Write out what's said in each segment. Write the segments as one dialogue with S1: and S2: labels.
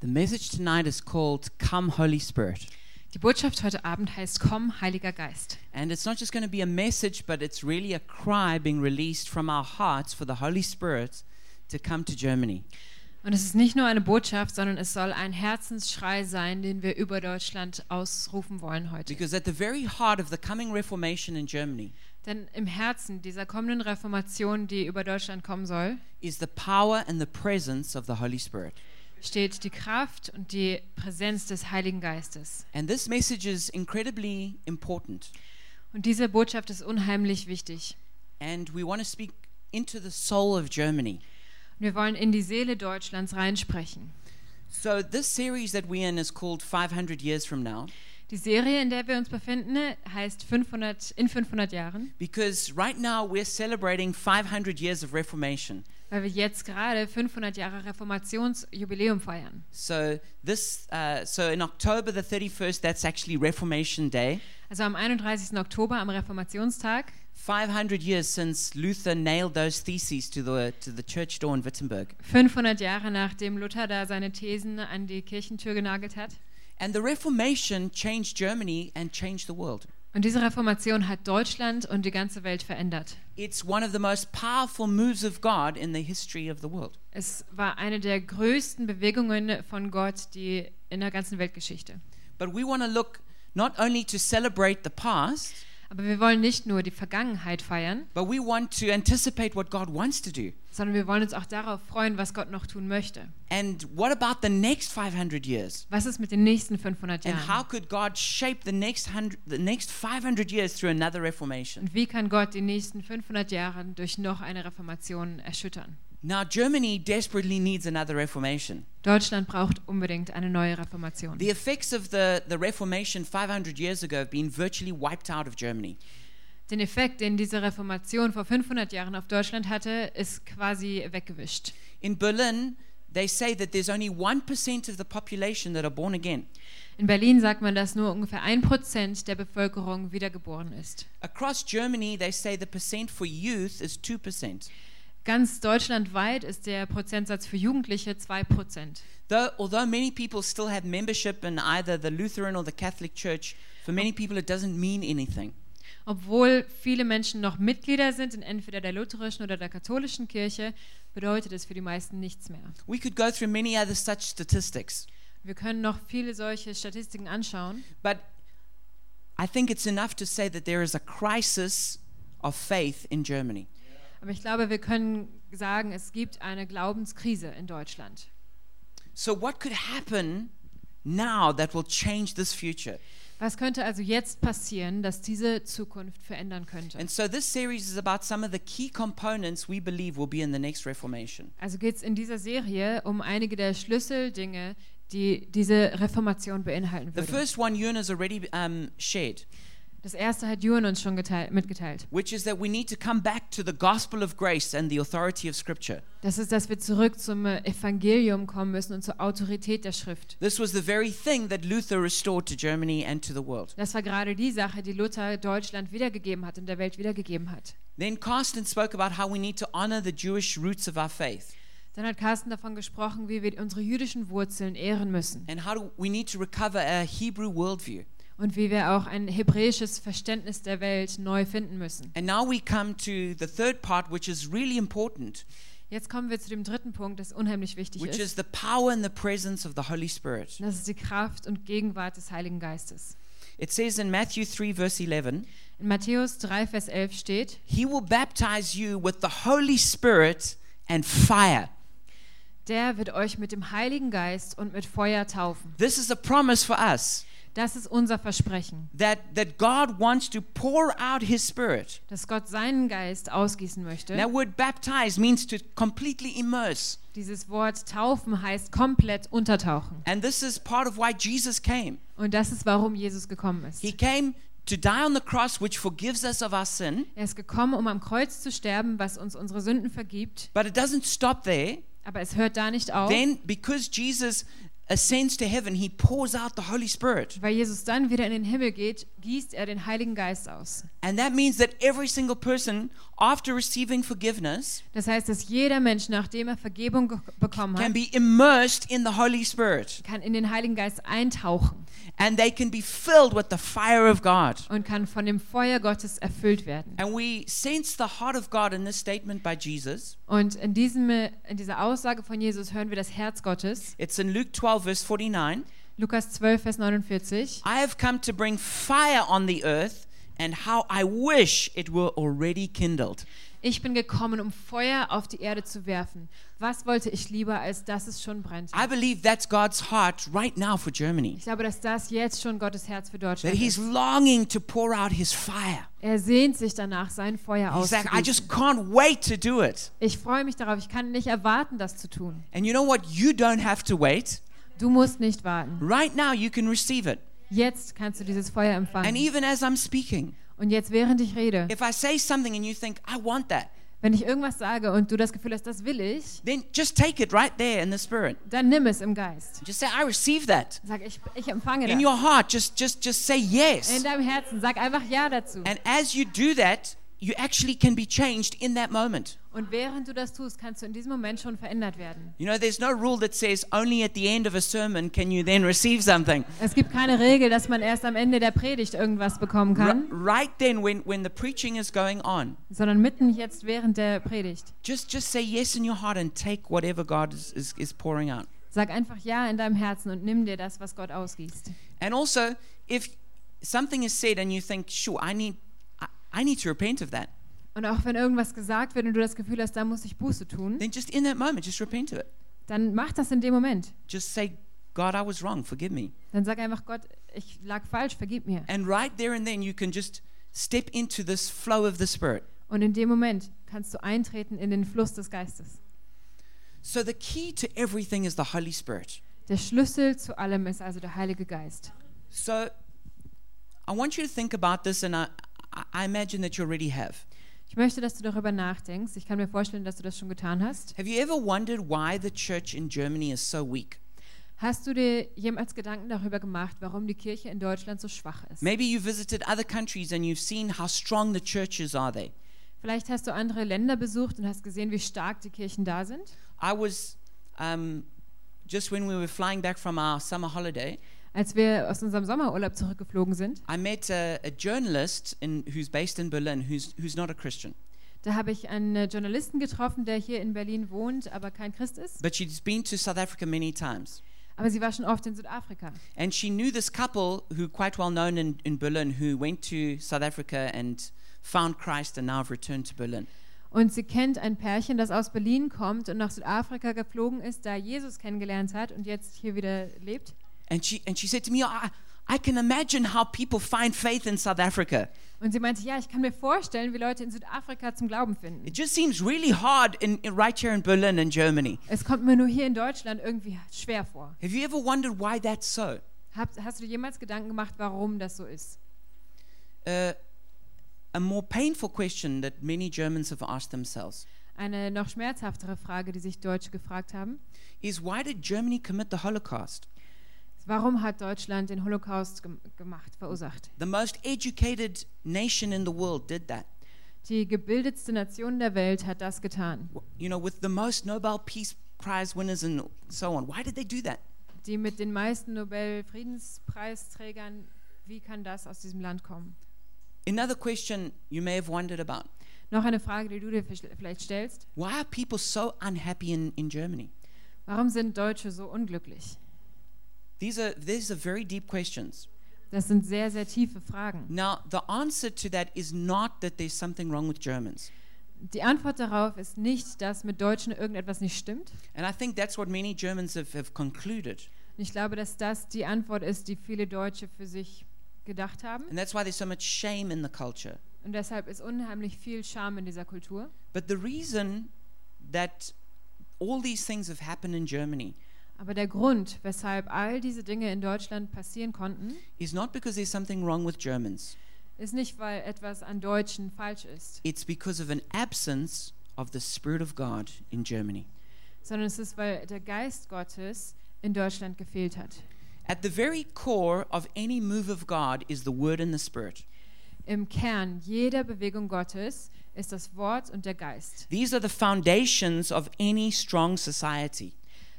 S1: The message tonight is called Come Holy Spirit.
S2: Die Botschaft heute Abend heißt Komm, Heiliger Geist.
S1: And it's not just going to be a message, but it's really a cry being released from our hearts for the Holy Spirit to come to Germany.
S2: Und es ist nicht nur eine Botschaft, sondern es soll ein Herzensschrei sein, den wir über Deutschland ausrufen wollen heute.
S1: Because at the very heart of the coming Reformation in Germany
S2: Denn im Herzen dieser kommenden Reformation, die über Deutschland kommen soll,
S1: is the power and the presence of the Holy Spirit.
S2: steht die Kraft und die Präsenz des Heiligen Geistes.
S1: And this message is incredibly important.
S2: Und diese Botschaft ist unheimlich wichtig.
S1: And we want to speak into the soul of Germany.
S2: Und wir wollen in die Seele Deutschlands reinsprechen.
S1: So, this series that we're in is called 500 Years From Now
S2: Die Serie, in der wir uns befinden, heißt 500, in 500 Jahren,
S1: because right now we're celebrating 500 years of Reformation.
S2: weil wir jetzt gerade 500 Jahre Reformationsjubiläum feiern.
S1: So, this, uh, so in October the 31st, that's actually Reformation Day.
S2: Also am 31. Oktober, am Reformationstag,
S1: 500 years since Luther nailed those theses to the, to the church door in Wittenberg.
S2: 500 Jahre nachdem Luther da seine Thesen an die Kirchentür genagelt hat.
S1: And the Reformation changed Germany and changed the world.
S2: Und diese Reformation hat Deutschland und die ganze Welt verändert.
S1: It's one of the most powerful moves of God in the history of the world.
S2: Es war eine der größten Bewegungen von Gott, die in der ganzen Weltgeschichte.
S1: But we want to look not only to celebrate the past,
S2: Aber wir wollen nicht nur die Vergangenheit feiern,
S1: but we want to anticipate what God wants to do.
S2: sondern wir wollen uns auch darauf freuen, was Gott noch tun möchte.
S1: And what about the next 500 years?
S2: Was ist mit den nächsten 500
S1: And how
S2: Jahren?
S1: could God shape the next, hundred, the next 500 years through another reformation?
S2: Und wie kann Gott die nächsten 500 Jahre durch noch eine Reformation erschüttern?
S1: Now, Germany desperately needs another reformation.
S2: Deutschland braucht unbedingt eine neue Reformation.
S1: The effects of the, the Reformation 500 years ago have been virtually wiped out of Germany.
S2: Den Effekt, den diese Reformation vor 500 Jahren auf Deutschland hatte, ist quasi weggewischt.
S1: In Berlin, they say that there's only 1% of the population that are born again.
S2: In Berlin sagt man, dass nur ungefähr ein Prozent der Bevölkerung wiedergeboren ist.
S1: Across Germany, they say the percent for youth is 2%.
S2: Ganz deutschlandweit ist der Prozentsatz für Jugendliche 2 Prozent.
S1: Though, although many people still have membership in either the Lutheran or the Catholic Church, for many people it doesn't mean anything.
S2: Obwohl viele Menschen noch Mitglieder sind in entweder der lutherischen oder der katholischen Kirche, bedeutet es für die meisten nichts mehr.
S1: We could go through many other such statistics,
S2: Wir können noch viele solche Statistiken anschauen,
S1: but I think it's enough to say that there is a crisis of faith in Germany.
S2: aber ich glaube, wir können sagen, es gibt eine Glaubenskrise in Deutschland.
S1: So, what could happen now that will change this future?
S2: Was könnte also jetzt passieren, dass diese Zukunft verändern könnte?
S1: And so, this series is about some of the key components we believe will be in the next Reformation.
S2: Also geht es in dieser Serie um einige der Schlüsseldinge, die diese Reformation beinhalten
S1: The
S2: würde.
S1: first one Yun has already um, shared,
S2: Das erste hat Juan uns schon geteilt, mitgeteilt.
S1: which is that we need to come back to the gospel of grace and the authority of Scripture.
S2: Das ist, dass wir zurück zum äh, Evangelium kommen müssen und zur Autorität der Schrift.
S1: This was the very thing that Luther restored to Germany and to the world.
S2: Das war gerade die Sache, die Luther Deutschland wiedergegeben hat und der Welt wiedergegeben hat.
S1: Then Carsten spoke about how we need to honor the Jewish roots of our faith
S2: Dann hat Carsten davon gesprochen, wie wir unsere jüdischen Wurzeln ehren müssen
S1: and how do we need to recover a Hebrew worldview.
S2: und wie wir auch ein hebräisches Verständnis der Welt neu finden müssen.
S1: And now we come to the third part, which is really important,
S2: Jetzt kommen wir zu dem dritten Punkt, das unheimlich wichtig
S1: which
S2: ist.
S1: is the power and the presence of the Holy Spirit.
S2: Das ist die Kraft und Gegenwart des Heiligen Geistes.
S1: It says in Matthew 3, verse 11,
S2: In Matthäus 3, Vers 11 steht,
S1: He will baptize you with the Holy Spirit and fire.
S2: der wird euch mit dem Heiligen Geist und mit Feuer taufen.
S1: This is a promise for us
S2: Das ist unser Versprechen,
S1: that, that God wants to pour out His Spirit.
S2: dass Gott seinen Geist ausgießen möchte.
S1: That word baptize means to completely immerse.
S2: Dieses Wort taufen heißt komplett untertauchen.
S1: And this is part of why Jesus came.
S2: Und das ist, warum Jesus gekommen ist.
S1: He came to die on the cross, which forgives us of our sin.
S2: Er ist gekommen, um am Kreuz zu sterben, was uns unsere Sünden vergibt.
S1: But it doesn't stop there.
S2: Oh. Aber es hört da nicht auf.
S1: Then, because Jesus ascends to heaven, he pours out the Holy Spirit.
S2: Weil Jesus dann wieder in den Himmel geht, gießt er den Heiligen Geist aus.
S1: And that means that every single person, after receiving forgiveness,
S2: Das heißt, dass jeder Mensch, nachdem er Vergebung ge- bekommen
S1: can
S2: hat,
S1: be immersed in the Holy Spirit
S2: kann in den Heiligen Geist eintauchen
S1: and they can be filled with the fire of God.
S2: und kann von dem Feuer Gottes erfüllt werden.
S1: And we sense the heart of God in this statement by Jesus.
S2: Und in, diesem, äh, in dieser Aussage von Jesus hören wir das Herz Gottes.
S1: It's in Luke 12, verse 49.
S2: Lukas 12, Vers 49.
S1: I have come to bring fire on the earth, and how I wish it were already kindled.
S2: Ich bin gekommen, um Feuer auf die Erde zu werfen. Was wollte ich lieber, als dass es schon brennt?
S1: I believe that's God's heart right now for Germany.
S2: Ich glaube, dass das jetzt schon Gottes Herz für
S1: That
S2: Deutschland
S1: he's
S2: ist.
S1: longing to pour out his fire.
S2: Er sehnt sich danach, sein Feuer
S1: He's like, I
S2: auszugießen.
S1: just can't wait to do it.
S2: Ich freue mich darauf. Ich kann nicht erwarten, das zu tun.
S1: And you know what? You don't have to wait.
S2: Du musst nicht warten.
S1: Right now, you can receive it.
S2: Jetzt kannst du dieses Feuer
S1: And
S2: empfangen.
S1: even as I'm speaking,
S2: Und jetzt, während ich rede,
S1: if I say something and you think, I want that,
S2: wenn ich irgendwas sage und du das Gefühl hast, das will ich,
S1: then just take it right there in the spirit.
S2: dann nimm es im Geist.
S1: Just say, I receive that.
S2: Sag, ich, ich empfange
S1: In
S2: das.
S1: your heart, just just just say
S2: In
S1: yes.
S2: deinem Herzen, sag einfach Ja dazu.
S1: And as you do that, you actually can be changed in that moment.
S2: Und während du das tust, kannst du in diesem Moment schon verändert werden.
S1: You know, there's no rule that says only at the end of a sermon can you then receive something.
S2: Es gibt keine Regel, dass man erst am Ende der Predigt irgendwas bekommen
S1: R-
S2: kann,
S1: right then when when the preaching is going on,
S2: sondern mitten jetzt während der Predigt.
S1: just just say yes in your heart and take whatever God is, is, is pouring out.
S2: Sag einfach Ja in deinem Herzen und nimm dir das, was Gott ausgießt.
S1: And also, if something is said and you think, sure, I need, I, I need to repent of that,
S2: Und auch wenn irgendwas gesagt wird und du das Gefühl hast, da muss ich Buße tun,
S1: then just in that moment, just repent of it.
S2: dann mach das in dem Moment.
S1: Just say, God, I was wrong, forgive me.
S2: Dann sag einfach Gott, ich lag falsch, vergib mir.
S1: And right there and then, you can just step into this flow of the Spirit.
S2: Und in dem Moment kannst du eintreten in den Fluss des Geistes.
S1: So the key to everything is the Holy Spirit.
S2: Der Schlüssel zu allem ist also der Heilige Geist.
S1: So I want you to think about this, and I, I- I imagine that you already have.
S2: Ich möchte, dass du darüber nachdenkst. Ich kann mir vorstellen, dass du das schon getan hast.
S1: Have you ever wondered why the church in Germany is so weak?
S2: Hast du dir jemals Gedanken darüber gemacht, warum die Kirche in Deutschland so schwach ist?
S1: Maybe you visited other countries and you've seen how strong the churches are there.
S2: Vielleicht hast du andere Länder besucht und hast gesehen, wie stark die Kirchen da sind.
S1: I was um, just when we were flying back from our summer holiday,
S2: Als wir aus unserem Sommerurlaub zurückgeflogen sind,
S1: I met a, a journalist in, who's based in Berlin who's, who's not a Christian,
S2: da habe ich einen äh, Journalisten getroffen, der hier in Berlin wohnt, aber kein Christ ist.
S1: but she's been to South Africa many times.
S2: Aber sie war schon oft in Südafrika.
S1: And she knew this couple who quite well known in, in Berlin who went to South Africa and found Christ and now have returned to Berlin.
S2: Und sie kennt ein Pärchen, das aus Berlin kommt und nach Südafrika geflogen ist, da Jesus kennengelernt hat und jetzt hier wieder lebt.
S1: And she, and she said to me, I, I can imagine how people find faith in South Africa.
S2: Und sie meinte, ja, ich kann mir vorstellen, wie Leute in Südafrika zum Glauben finden.
S1: It just seems really hard in, in- right here in Berlin and Germany.
S2: Es kommt mir nur hier in Deutschland irgendwie schwer vor.
S1: Have you ever wondered why that's so?
S2: Hab, hast du dir jemals Gedanken gemacht, warum das so ist?
S1: Uh, a more painful question that many Germans have asked themselves
S2: Eine noch schmerzhaftere Frage, die sich Deutsche gefragt haben,
S1: is why did Germany commit the Holocaust?
S2: ist, warum hat Deutschland den Holocaust gem gemacht, verursacht?
S1: The most educated nation in the world did that.
S2: Die gebildetste Nation der Welt hat das getan,
S1: W- You know, with the most Nobel Peace Prize winners and so on. Why did they do that?
S2: die mit den meisten Nobel-Friedenspreisträgern. Wie kann das aus diesem Land kommen?
S1: Another question you may have wondered about
S2: Noch eine Frage, die du dir fisch- vielleicht stellst.
S1: why are people so unhappy in, in Germany?
S2: Warum sind Deutsche so unglücklich?
S1: These are, these are very deep questions.
S2: Das sind sehr, sehr tiefe Fragen.
S1: Now, the answer to that is not that there's something wrong with Germans.
S2: Die Antwort darauf ist nicht, dass mit Deutschen irgendetwas nicht stimmt.
S1: And I think that's what many Germans have, have concluded.
S2: Und ich glaube, dass das die Antwort ist, die viele Deutsche für sich gedacht haben.
S1: And that's why there's so much shame in the culture.
S2: Und deshalb ist unheimlich viel Scham in dieser Kultur.
S1: But the reason that all these things have happened in Germany
S2: Aber der Grund, weshalb all diese Dinge in Deutschland passieren konnten,
S1: is not because there's something wrong with Germans,
S2: ist nicht, weil etwas an Deutschen falsch ist,
S1: it's because of an absence of the Spirit of God in Germany.
S2: sondern es ist, weil der Geist Gottes in Deutschland gefehlt hat.
S1: At the very core of any move of God is the Word and the Spirit.
S2: Im Kern jeder Bewegung Gottes ist das Wort und der Geist.
S1: These are the foundations of any strong society.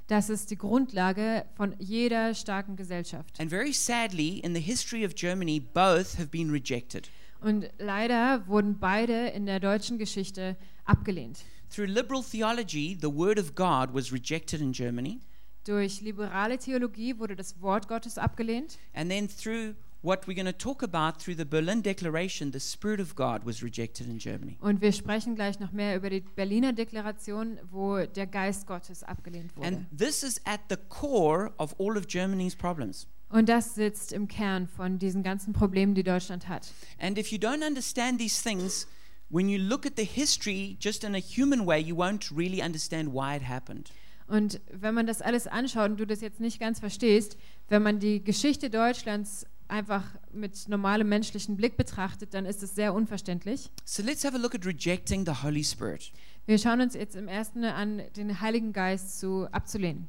S2: Das ist die Grundlage von jeder starken Gesellschaft.
S1: And very sadly, in the history of Germany, both have been rejected.
S2: Und leider wurden beide in der deutschen Geschichte abgelehnt.
S1: Through liberal theology, the Word of God was rejected in Germany.
S2: Durch liberale Theologie wurde das Wort Gottes abgelehnt
S1: And then through what we're going to talk about through the Berlin Declaration, the Spirit of God was rejected in Germany.
S2: und wir sprechen gleich noch mehr über die Berliner Deklaration, wo der Geist Gottes abgelehnt wurde.
S1: And this is at the core of all of Germany's problems.
S2: Und das sitzt im Kern von diesen ganzen Problemen, die Deutschland hat.
S1: And if you don't understand these things, when you look at the history just in a human way, you won't really understand why it happened.
S2: Und wenn man das alles anschaut und du das jetzt nicht ganz verstehst, wenn man die Geschichte Deutschlands einfach mit normalem menschlichen Blick betrachtet, dann ist es sehr unverständlich.
S1: So let's have a look at rejecting the Holy Spirit.
S2: Wir schauen uns jetzt im ersten an, den Heiligen Geist zu abzulehnen.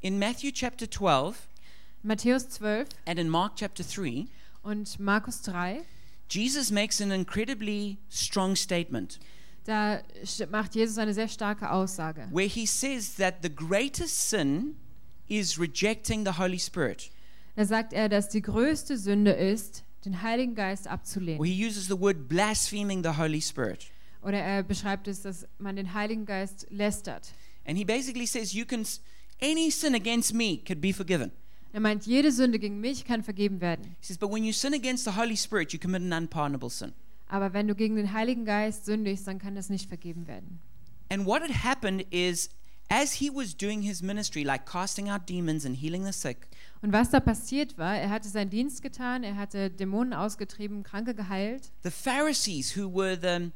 S1: In Matthew chapter 12
S2: Matthäus 12
S1: and in Mark chapter 3,
S2: und Markus 3,
S1: Jesus makes an incredibly strong statement
S2: da sch- macht Jesus eine sehr starke Aussage,
S1: where he says that the greatest sin is rejecting the Holy Spirit.
S2: Da sagt er, dass die größte Sünde ist, den Heiligen Geist
S1: Or
S2: abzulehnen.
S1: he uses the word blaspheming the Holy Spirit.
S2: Oder er beschreibt es, dass man den Heiligen Geist lästert.
S1: And he basically says you can s- any sin against me could be forgiven.
S2: Er meint, jede Sünde gegen mich kann vergeben werden.
S1: He says but when you sin against the Holy Spirit you commit an unpardonable sin.
S2: Aber wenn du gegen den Heiligen Geist sündigst, dann kann das nicht vergeben werden.
S1: And what had happened is as he was doing his ministry like casting out demons and healing the sick
S2: Und was da passiert war, er hatte seinen Dienst getan, er hatte Dämonen ausgetrieben, Kranke geheilt.
S1: the Pharisees who were the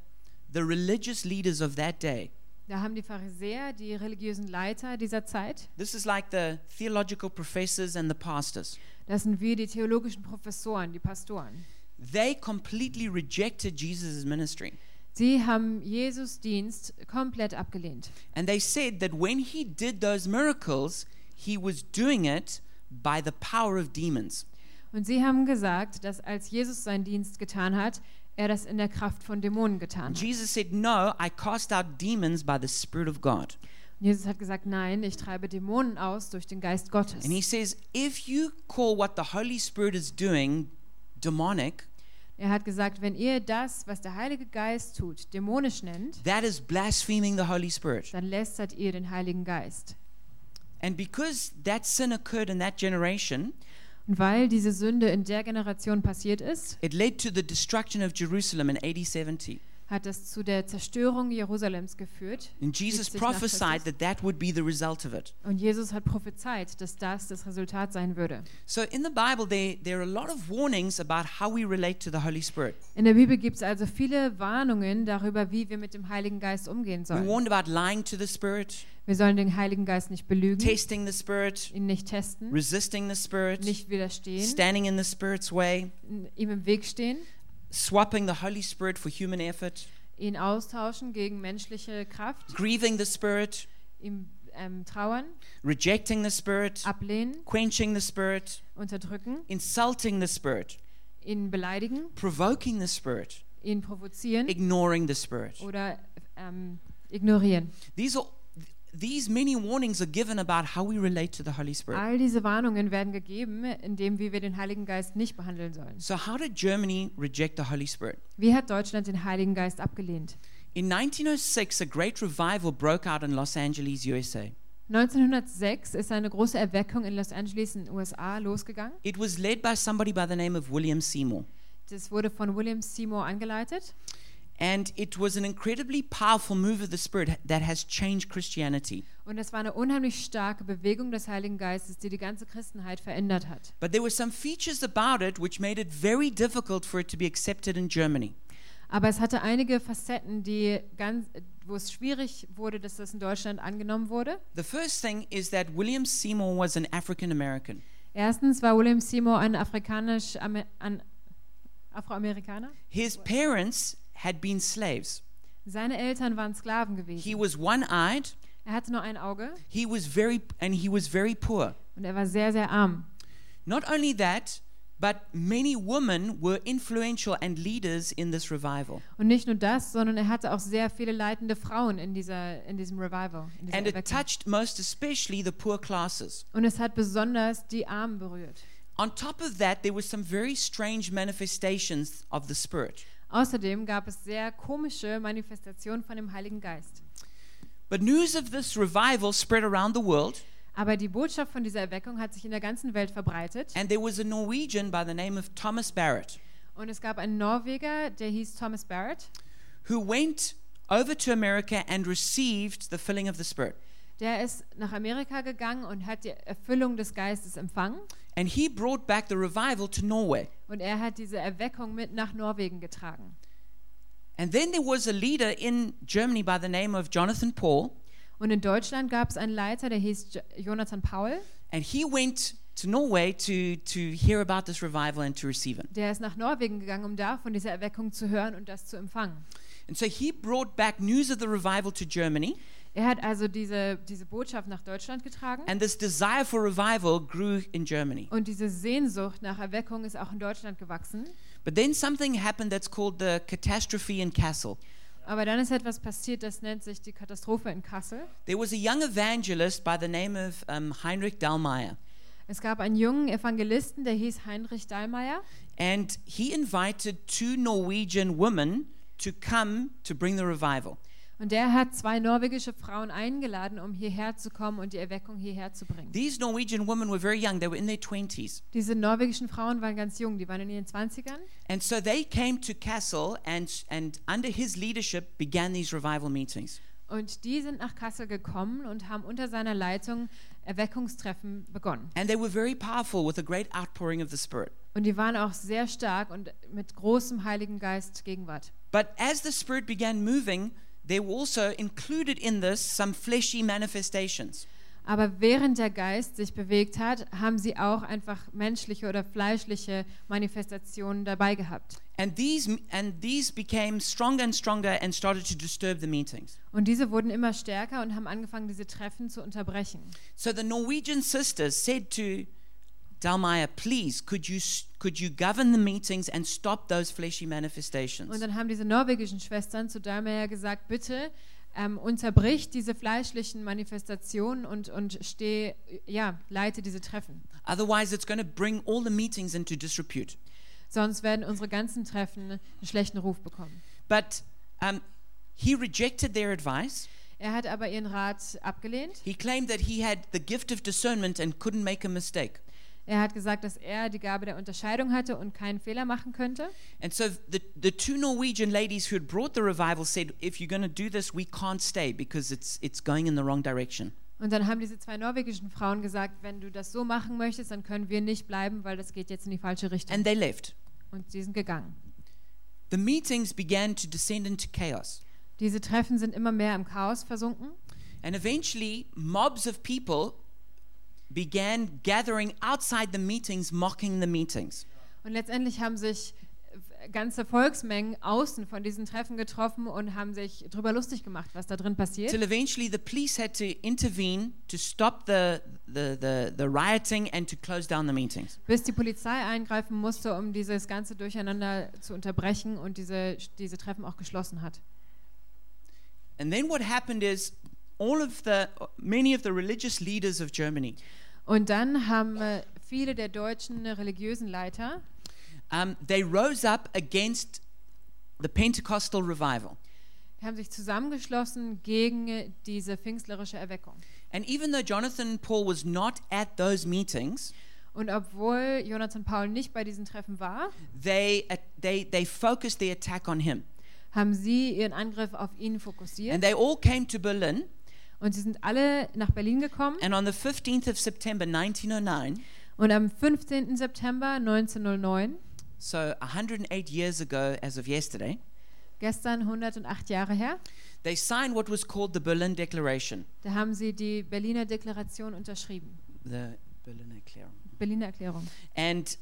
S1: the religious leaders of that day.
S2: Da haben die Pharisäer, die religiösen Leiter dieser Zeit,
S1: This is like the theological professors and the pastors.
S2: das sind wir, die theologischen Professoren, die Pastoren.
S1: They completely rejected Jesus' ministry.
S2: Sie haben Jesus Dienst komplett abgelehnt.
S1: And they said that when he did those miracles, he was doing it by the power of demons.
S2: Und sie haben gesagt, dass als Jesus seinen Dienst getan hat, er das in der Kraft von Dämonen getan hat.
S1: Jesus said, No, I cast out demons by the Spirit of God.
S2: Und Jesus hat gesagt, nein, ich treibe Dämonen aus durch den Geist Gottes.
S1: And he says, If you call what the Holy Spirit is doing demonic,
S2: Er hat gesagt, wenn ihr das, was der Heilige Geist tut, dämonisch nennt,
S1: that is blaspheming the Holy Spirit.
S2: dann lästert ihr den Heiligen Geist.
S1: And because that sin occurred in that generation,
S2: Und weil diese Sünde in der Generation passiert ist,
S1: it led to the destruction of Jerusalem in AD 70.
S2: hat das zu der Zerstörung Jerusalems geführt.
S1: And Jesus
S2: 70 nach Christus.
S1: prophesied that that would be the result of it.
S2: Und Jesus hat prophezeit, dass das das Resultat sein würde.
S1: So in the Bible, there, there are a lot of warnings about how we relate to the Holy Spirit.
S2: In der Bibel gibt es also viele Warnungen darüber, wie wir mit dem Heiligen Geist umgehen
S1: We're
S2: sollen.
S1: warned about lying to the Spirit,
S2: Wir sollen den Heiligen Geist nicht belügen,
S1: tasting the Spirit,
S2: ihn nicht testen,
S1: resisting the Spirit,
S2: Mhm. nicht widerstehen,
S1: standing in the Spirit's way,
S2: ihm im Weg stehen,
S1: swapping the Holy Spirit for human effort,
S2: ihn austauschen gegen menschliche Kraft,
S1: grieving the Spirit,
S2: ihm ähm, trauern,
S1: rejecting the Spirit,
S2: ablehnen,
S1: quenching the Spirit,
S2: unterdrücken,
S1: insulting the Spirit,
S2: ihn beleidigen,
S1: provoking the Spirit,
S2: ihn provozieren
S1: ignoring the Spirit.
S2: oder ähm, ignorieren.
S1: These are these many warnings are given about how we relate to the Holy Spirit.
S2: All diese Warnungen werden gegeben, indem wie wir den Heiligen Geist nicht behandeln sollen.
S1: So how did Germany reject the Holy Spirit?
S2: Wie hat Deutschland den Heiligen Geist abgelehnt?
S1: In 1906, a great revival broke out in Los Angeles, USA.
S2: 1906 ist eine große Erweckung in Los Angeles in den USA losgegangen.
S1: It was led by somebody by the name of William Seymour.
S2: Das wurde von William Seymour angeleitet
S1: And it was an incredibly powerful move of the Spirit that has changed Christianity.
S2: und das war eine unheimlich starke Bewegung des Heiligen Geistes, die die ganze Christenheit verändert hat.
S1: But there were some features about it which made it very difficult for it to be accepted in Germany.
S2: Aber es hatte einige Facetten, die ganz, wo es schwierig wurde, dass das in Deutschland angenommen wurde.
S1: The first thing is that William Seymour was an African American.
S2: Erstens war William Seymour ein afrikanisch Amer- ein Afroamerikaner.
S1: His parents had been slaves.
S2: Seine Eltern waren Sklaven gewesen.
S1: He was one eyed,
S2: Er hatte nur ein Auge
S1: He was very and he was very poor.
S2: und er war sehr, sehr arm.
S1: Not only that, but many women were influential and leaders in this revival.
S2: Und nicht nur das, sondern er hatte auch sehr viele leitende Frauen in, dieser, in diesem Revival. In dieser
S1: And it
S2: Erweckung.
S1: touched most especially the poor classes.
S2: und es hat besonders die Armen berührt.
S1: On top of that, there were some very strange manifestations of the Spirit.
S2: Außerdem gab es sehr komische Manifestationen von dem Heiligen Geist.
S1: But news of this revival spread around the world,
S2: Aber die Botschaft von dieser Erweckung hat sich in der ganzen Welt verbreitet.
S1: and there was a Norwegian by the name of Thomas Barrett
S2: Und es gab einen Norweger, der hieß Thomas Barrett,
S1: who went over to America and received the filling of the Spirit.
S2: der ist nach Amerika gegangen und hat die Erfüllung des Geistes empfangen.
S1: And he brought back the revival to Norway.
S2: Und er hat diese Erweckung mit nach Norwegen getragen.
S1: And then there was a leader in Germany by the name of Jonathan Paul,
S2: Und in Deutschland gab es einen Leiter, der hieß Jo- Jonathan Paul.
S1: and he went to Norway to, to hear about this revival and to receive it.
S2: Der ist nach Norwegen gegangen, um da von dieser Erweckung zu hören und das zu empfangen.
S1: And so he brought back news of the revival to Germany,
S2: Er hat also diese, diese Botschaft nach Deutschland getragen.
S1: and this desire for revival grew in Germany.
S2: Und diese Sehnsucht nach Erweckung ist auch in Deutschland gewachsen.
S1: But then something happened that's called the catastrophe in Kassel.
S2: Aber dann ist etwas passiert, das nennt sich die Katastrophe in Kassel.
S1: There was a young evangelist by the name of um, Heinrich Dallmayr,
S2: Es gab einen jungen Evangelisten, der hieß Heinrich Dahlmeier.
S1: and he invited two Norwegian women to come to bring the revival.
S2: Und der hat zwei norwegische Frauen eingeladen, um hierher zu kommen und die Erweckung hierher zu bringen.
S1: These Norwegian women were very young, they were in their 20s.
S2: Diese norwegischen Frauen waren ganz jung, die waren in ihren 20ern.
S1: And so they came to Kassel and, and under his leadership began these revival meetings.
S2: Und die sind nach Kassel gekommen und haben unter seiner Leitung Erweckungstreffen begonnen.
S1: And they were very powerful with a great outpouring of the Spirit.
S2: Und die waren auch sehr stark und mit großem Heiligen Geist Gegenwart.
S1: But as the Spirit began moving, there were also included in this some fleshy manifestations.
S2: Aber während der Geist sich bewegt hat, haben sie auch einfach menschliche oder fleischliche Manifestationen dabei gehabt.
S1: And these, and these became stronger and stronger and started to disturb the meetings.
S2: Und diese wurden immer stärker und haben angefangen, diese Treffen zu unterbrechen.
S1: So the Norwegian sisters said to Dalmaya, please, could you, s- could you govern the meetings and stop those fleshy
S2: Und
S1: manifestations?
S2: dann haben diese norwegischen Schwestern zu Dalmayer gesagt, bitte ähm, unterbrich diese fleischlichen Manifestationen und, und steh, ja, leite diese Treffen.
S1: Otherwise, it's going to bring all the meetings into disrepute.
S2: Sonst werden unsere ganzen Treffen einen schlechten Ruf bekommen.
S1: But um, he rejected their advice.
S2: Er hat aber ihren Rat abgelehnt.
S1: He claimed that he had the gift of discernment and couldn't make a mistake.
S2: Er hat gesagt, dass er die Gabe der Unterscheidung hatte und keinen Fehler machen könnte.
S1: And so the, the two Norwegian ladies who had brought the revival said, if you're going to do this, we can't stay because it's, it's going in the wrong direction.
S2: Und dann haben diese zwei norwegischen Frauen gesagt, wenn du das so machen möchtest, dann können wir nicht bleiben, weil das geht jetzt in die falsche Richtung.
S1: And they left.
S2: Und sie sind gegangen.
S1: The meetings began to descend into chaos.
S2: Diese Treffen sind immer mehr im Chaos versunken.
S1: And eventually, mobs of people began gathering outside the meetings, mocking the meetings.
S2: Und letztendlich haben sich äh, ganze Volksmengen außen von diesen Treffen getroffen und haben sich drüber lustig gemacht, was da drin passiert.
S1: Till eventually, the police had to intervene to stop the, the, the, the rioting and to close down the meetings.
S2: Bis die Polizei eingreifen musste, um dieses ganze Durcheinander zu unterbrechen und diese, diese Treffen auch geschlossen hat.
S1: And then what happened is all of the many of the religious leaders of Germany
S2: Und dann haben äh, viele der deutschen religiösen Leiter
S1: um, they rose up against the Pentecostal revival.
S2: haben sich zusammengeschlossen gegen äh, diese pfingstlerische Erweckung.
S1: And even though Jonathan Paul was not at those meetings,
S2: Und obwohl Jonathan Paul nicht bei diesen Treffen war,
S1: they, uh, they, they focused the attack on him.
S2: haben sie ihren Angriff auf ihn
S1: And
S2: fokussiert.
S1: they all came to Berlin.
S2: Und sie sind alle nach Berlin gekommen.
S1: And on the 15th of September 1909,
S2: Und am 15. September 1909,
S1: so 108 years ago as of yesterday,
S2: gestern 108 Jahre her,
S1: they signed what was called the Berlin Declaration.
S2: da haben sie die Berliner Deklaration unterschrieben.
S1: The Berlin Declaration.
S2: Berliner Erklärung.
S1: And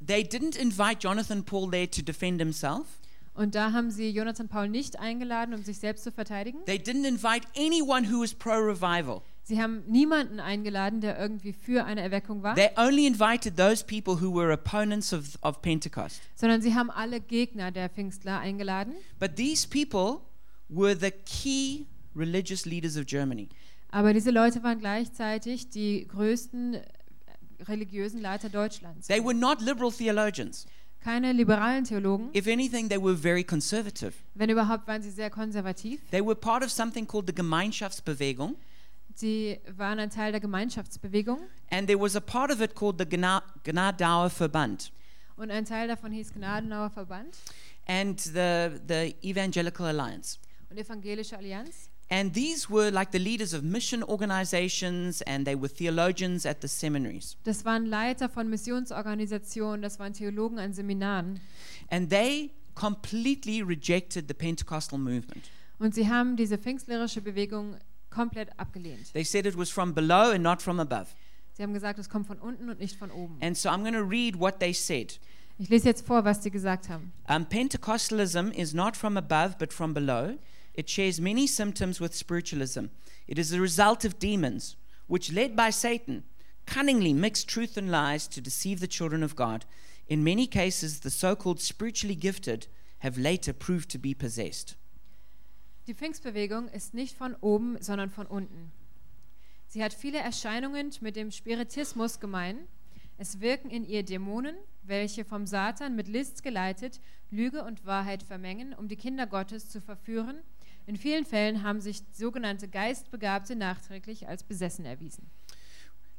S1: they didn't invite Jonathan Paul there to defend himself.
S2: Und da haben sie Jonathan Paul nicht eingeladen, um sich selbst zu verteidigen.
S1: They didn't invite anyone who was pro revival.
S2: Sie haben niemanden eingeladen, der irgendwie für eine Erweckung war,
S1: They only invited those people who were opponents of, of Pentecost.
S2: sondern sie haben alle Gegner der Pfingstler eingeladen.
S1: But these people were the key religious leaders of Germany.
S2: Aber diese Leute waren gleichzeitig die größten äh, religiösen Leiter Deutschlands.
S1: They were not liberal theologians.
S2: Keine liberalen Theologen.
S1: If anything, they were very conservative.
S2: Wenn überhaupt, waren sie sehr konservativ.
S1: They were part of something called the Gemeinschaftsbewegung,
S2: Sie waren ein Teil der Gemeinschaftsbewegung
S1: and there was a part of it called the Gna- Gnadauer Verband.
S2: und ein Teil davon hieß Gnadenauer Verband
S1: and the, the Evangelical Alliance.
S2: und Evangelische Allianz.
S1: And these were like the leaders of mission organizations, and they were theologians at the seminaries.
S2: Das waren Leiter von Missionsorganisationen, das waren Theologen an Seminaren.
S1: And they completely rejected the Pentecostal movement.
S2: Und sie haben diese pfingstlerische Bewegung komplett abgelehnt.
S1: They said it was from below and not from above.
S2: Sie haben gesagt, es kommt von unten und nicht von oben.
S1: And so I'm going to read what they said.
S2: Ich lese jetzt vor, was sie gesagt haben.
S1: Um, Pentecostalism is not from above but from below. It shares many symptoms with spiritualism. It is the result of demons, which, led by Satan, cunningly mix truth and lies to deceive the children of God. In many cases, the so called spiritually gifted have later proved to be possessed.
S2: Die Pfingstbewegung ist nicht von oben, sondern von unten. Sie hat viele Erscheinungen mit dem Spiritismus gemein. Es wirken in ihr Dämonen, welche vom Satan mit List geleitet Lüge und Wahrheit vermengen, um die Kinder Gottes zu verführen. In vielen Fällen haben sich sogenannte Geistbegabte nachträglich als besessen erwiesen.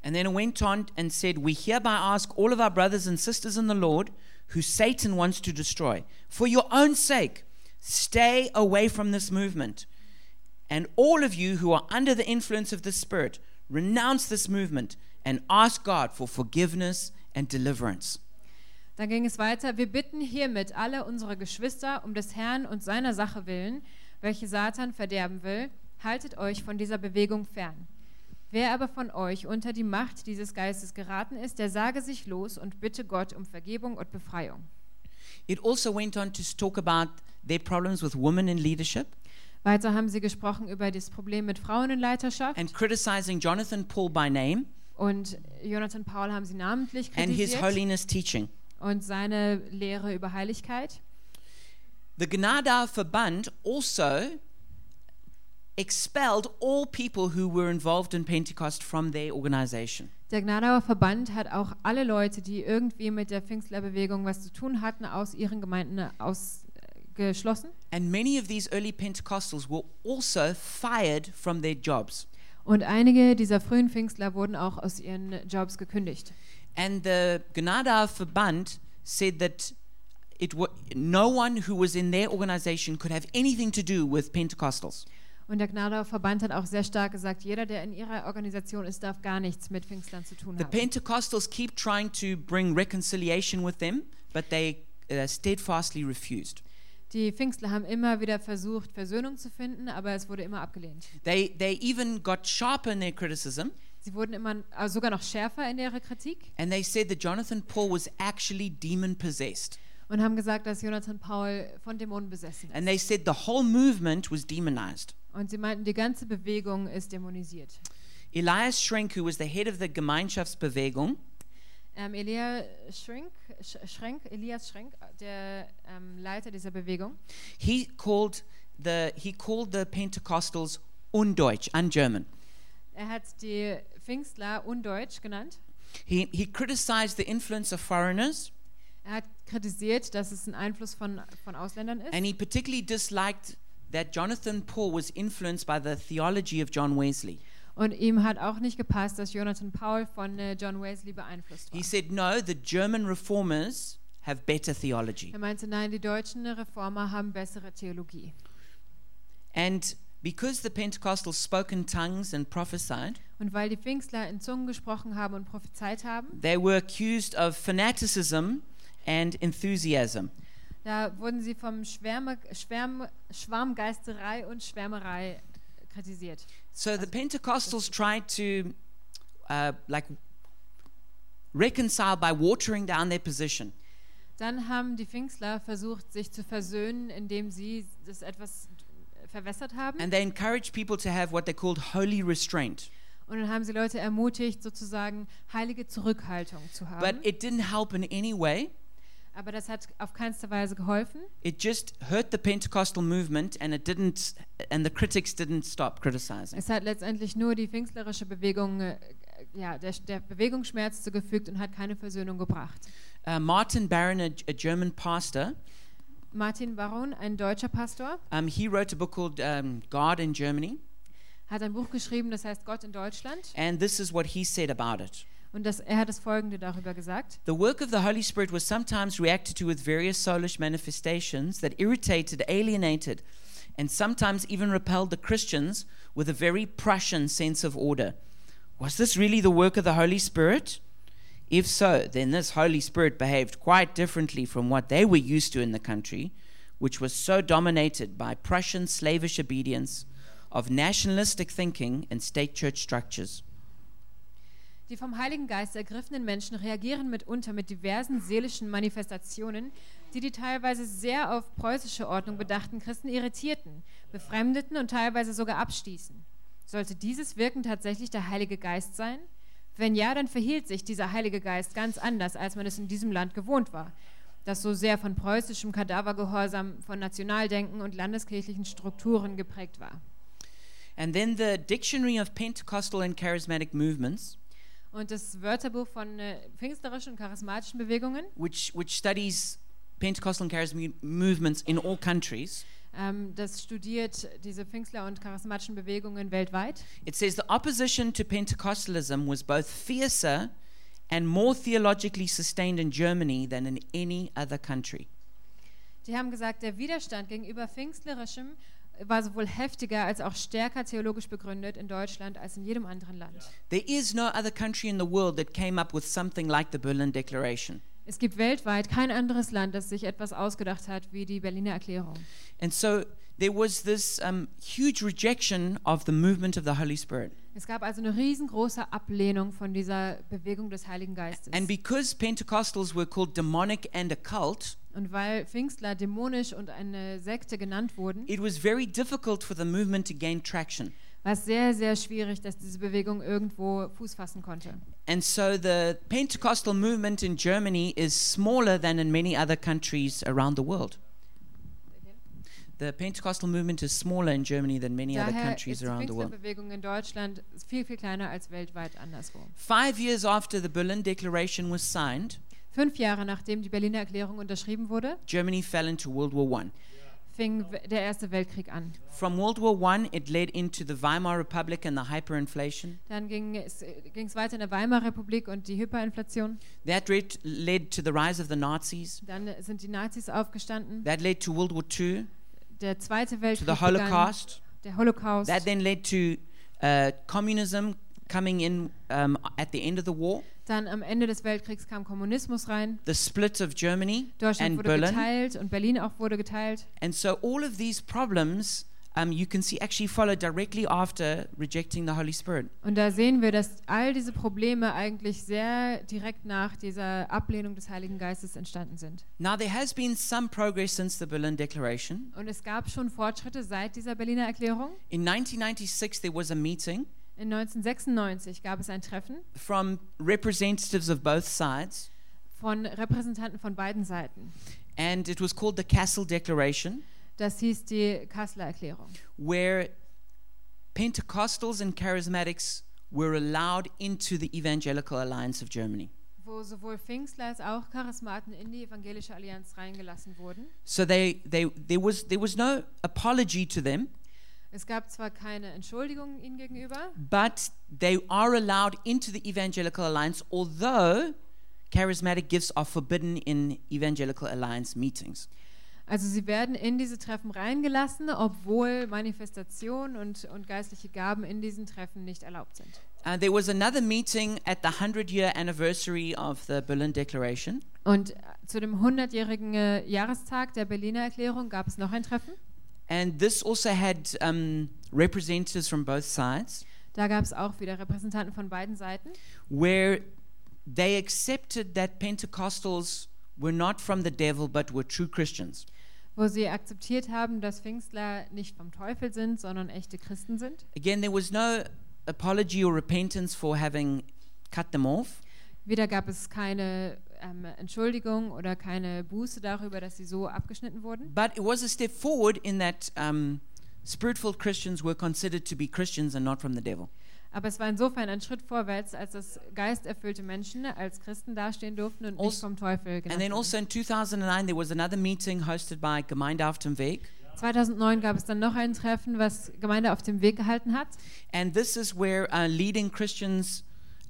S1: And then it went on and said, We hereby ask all of our brothers and sisters in the Lord, who Satan wants to destroy, for your own sake, stay away from this movement. And all of you who are under the influence of the Spirit, renounce this movement and ask God for forgiveness and deliverance.
S2: Dann ging es weiter. Wir bitten hiermit alle unsere Geschwister um des Herrn und seiner Sache willen, welche Satan verderben will, haltet euch von dieser Bewegung fern. Wer aber von euch unter die Macht dieses Geistes geraten ist, der sage sich los und bitte Gott um Vergebung und Befreiung.
S1: It also went on to talk about their problems with women in leadership
S2: Weiter haben sie gesprochen über das Problem mit Frauen in Leiterschaft
S1: and criticizing Jonathan Paul by name
S2: und Jonathan Paul haben sie namentlich
S1: and his
S2: kritisiert
S1: holiness teaching.
S2: und seine Lehre über Heiligkeit.
S1: The Gnadauer Verband also expelled all people who were involved in Pentecost from their organization.
S2: Der Gnadauer Verband hat auch alle Leute, die irgendwie mit der Pfingstlerbewegung was zu tun hatten, aus ihren Gemeinden ausgeschlossen.
S1: And many of these early Pentecostals were also fired from their jobs.
S2: Und einige dieser frühen Pfingstler wurden auch aus ihren Jobs gekündigt.
S1: And the Gnadauer Verband said that it wa- no one who was in their organization could have anything to do with Pentecostals.
S2: Und der Gnadauer Verband hat auch sehr stark gesagt, jeder, der in ihrer Organisation ist, darf gar nichts mit Pfingstlern zu tun
S1: The
S2: haben.
S1: Pentecostals keep trying to bring reconciliation with them, but they uh, steadfastly refused.
S2: Die Pfingstler haben immer wieder versucht, Versöhnung zu finden, aber es wurde immer abgelehnt.
S1: They, they even got sharper in their criticism
S2: Sie wurden immer äh, sogar noch schärfer in ihrer Kritik
S1: And they said that Jonathan Paul was actually demon possessed.
S2: und haben gesagt, dass Jonathan Paul von Dämonen besessen
S1: And
S2: ist.
S1: they said the whole movement was demonized.
S2: Und sie meinten, die ganze Bewegung ist dämonisiert.
S1: Elias Schrenk, who was the head of the Gemeinschaftsbewegung,
S2: Ähm, Elia Schrink, Sch Schrenk, Elias Schrenk, der ähm, Leiter dieser Bewegung,
S1: he called the, he called the Pentecostals undeutsch, un-German.
S2: er hat die Pfingstler undeutsch genannt.
S1: He, he criticized the influence of foreigners,
S2: Er hat kritisiert, dass es ein Einfluss von, von Ausländern ist.
S1: and he particularly disliked that Jonathan Paul was influenced by the theology of John Wesley.
S2: Und ihm hat auch nicht gepasst, dass Jonathan Paul von äh, John Wesley beeinflusst
S1: He
S2: war.
S1: said, no, the German reformers have better theology.
S2: Er meinte, nein, die deutschen Reformer haben bessere Theologie.
S1: And because the Pentecostals spoke in tongues and prophesied,
S2: Und weil die Pfingstler in Zungen gesprochen haben und prophezeit haben,
S1: they were accused of fanaticism and enthusiasm.
S2: da wurden sie vom Schwärme, Schwärme, Schwarmgeisterei und Schwärmerei kritisiert.
S1: So the Pentecostals tried to, uh, like, reconcile by watering down their position.
S2: Dann haben die Pfingstler versucht, sich zu versöhnen, indem sie das etwas verwässert haben.
S1: And they encouraged people to have what they called holy restraint.
S2: Und dann haben sie Leute ermutigt, sozusagen heilige Zurückhaltung zu
S1: But
S2: haben.
S1: it didn't help in any way.
S2: Aber das hat auf keinster Weise geholfen.
S1: It just hurt the Pentecostal movement and it didn't and the critics didn't stop criticizing.
S2: Es hat letztendlich nur die pfingstlerische Bewegung, äh, ja, der, der Bewegung Schmerz zugefügt und hat keine Versöhnung gebracht.
S1: Uh, Martin Barron, a, a German pastor,
S2: Martin Baron, ein deutscher Pastor,
S1: um, he wrote a book called um, God in Germany,
S2: hat ein Buch geschrieben, das heißt Gott in Deutschland.
S1: and this is what he said about it.
S2: Und das, er hat das Folgende darüber gesagt.
S1: The work of the Holy Spirit was sometimes reacted to with various soulish manifestations that irritated, alienated, and sometimes even repelled the Christians with a very Prussian sense of order. Was this really the work of the Holy Spirit? If so, then this Holy Spirit behaved quite differently from what they were used to in the country, which was so dominated by Prussian slavish obedience, of nationalistic thinking, and state church structures.
S2: Die vom Heiligen Geist ergriffenen Menschen reagieren mitunter mit diversen seelischen Manifestationen, die die teilweise sehr auf preußische Ordnung bedachten Christen irritierten, befremdeten und teilweise sogar abstießen. Sollte dieses Wirken tatsächlich der Heilige Geist sein? Wenn ja, dann verhielt sich dieser Heilige Geist ganz anders, als man es in diesem Land gewohnt war, das so sehr von preußischem Kadavergehorsam, von Nationaldenken und landeskirchlichen Strukturen geprägt war.
S1: And then the Dictionary of Pentecostal and Charismatic Movements.
S2: Und das Wörterbuch von äh, pfingstlerischen und charismatischen Bewegungen
S1: which which studies Pentecostal and charismatic movements in all countries.
S2: Ähm, das studiert diese Pfingstler und charismatischen Bewegungen weltweit.
S1: It says the opposition to Pentecostalism was both fiercer and more theologically sustained in Germany than in any other country.
S2: Die haben gesagt, der Widerstand gegenüber Pfingstlerischem war sowohl heftiger als auch stärker theologisch begründet in Deutschland als in jedem anderen Land.
S1: There is no other country in the world that came up with something like the Berlin Declaration.
S2: Es gibt weltweit kein anderes Land, das sich etwas ausgedacht hat wie die Berliner Erklärung.
S1: And so there was this um, huge rejection of the movement of the Holy Spirit.
S2: Es gab also eine riesengroße Ablehnung von dieser Bewegung des Heiligen Geistes.
S1: And because Pentecostals were called demonic and occult,
S2: Und weil Pfingstler dämonisch und eine Sekte genannt wurden,
S1: it was very difficult for the movement to gain traction.
S2: war es sehr, sehr schwierig, dass diese Bewegung irgendwo Fuß fassen konnte.
S1: And so the Pentecostal movement in Germany is smaller than in many other countries around the world. The Pentecostal movement is smaller in Germany than many other
S2: Daher
S1: countries
S2: ist die
S1: around the world.
S2: Pfingstlerbewegung in Deutschland viel, viel kleiner als weltweit anderswo.
S1: Five years after the Berlin Declaration was signed,
S2: Fünf Jahre nachdem die Berliner Erklärung unterschrieben wurde,
S1: Germany fell into World War One.
S2: fing w- der Erste Weltkrieg an.
S1: From World War One, it led into the Weimar Republic and the hyperinflation.
S2: Dann ging es ging's weiter in der Weimarer Republik und die Hyperinflation.
S1: That red, led to the rise of the Nazis.
S2: Dann sind die Nazis aufgestanden.
S1: That led to World War Two,
S2: Der Zweite
S1: to
S2: Weltkrieg
S1: the Holocaust.
S2: begann. Der Holocaust.
S1: That then led to uh, communism coming in um, at the end of the war,
S2: Dann am Ende des Weltkriegs kam Kommunismus rein.
S1: the split of Germany
S2: Deutschland
S1: and
S2: wurde
S1: Berlin.
S2: geteilt und Berlin auch wurde geteilt.
S1: And so all of these problems um, you can see actually follow directly after rejecting the Holy Spirit.
S2: Und da sehen wir, dass all diese Probleme eigentlich sehr direkt nach dieser Ablehnung des Heiligen Geistes entstanden sind.
S1: Now, there has been some progress since the Berlin Declaration.
S2: Und es gab schon Fortschritte seit dieser Berliner Erklärung.
S1: In 1996, there was a meeting
S2: In 1996 gab es ein Treffen
S1: from representatives of both sides,
S2: von Repräsentanten von beiden Seiten.
S1: and it was called the Castle Declaration,
S2: Das hieß die Kasseler Erklärung.
S1: where Pentecostals and charismatics were allowed into the Evangelical Alliance of Germany.
S2: wo sowohl Pfingstler als auch Charismaten in die evangelische Allianz reingelassen wurden.
S1: So they, they, there, was, there was no apology to them,
S2: Es gab zwar keine Entschuldigung ihnen gegenüber,
S1: but they are allowed into the Evangelical Alliance, although charismatic gifts are forbidden in Evangelical Alliance meetings.
S2: also sie werden in diese Treffen reingelassen, obwohl Manifestationen und, und geistliche Gaben in diesen Treffen nicht erlaubt sind.
S1: Uh, there was another meeting at the 100 year anniversary of the Berlin Declaration,
S2: Und äh, zu dem 100-jährigen äh, Jahrestag der Berliner Erklärung gab es noch ein Treffen.
S1: and this also had um, representatives from both sides
S2: Da gab es auch wieder Repräsentanten von beiden Seiten,
S1: where they accepted that Pentecostals we're not from the devil, but we're true Christians.
S2: wo sie akzeptiert haben, dass Pfingstler nicht vom Teufel sind, sondern echte Christen sind.
S1: Again, there was no apology or repentance for having cut them off.
S2: Wieder gab es keine ähm, Entschuldigung oder keine Buße darüber, dass sie so abgeschnitten wurden.
S1: But it was a step forward in that um, spirit-filled Christians were considered to be Christians and not from the devil.
S2: Aber es war insofern ein Schritt vorwärts, als dass geisterfüllte Menschen als Christen dastehen durften und nicht
S1: Also-
S2: vom
S1: And then
S2: Teufel genannt wurden.
S1: also in 2009, there was another meeting hosted by Gemeindehaft in Weg.
S2: 2009 gab es dann noch ein Treffen, was Gemeinde auf dem Weg gehalten hat.
S1: And this is where uh, leading Christians,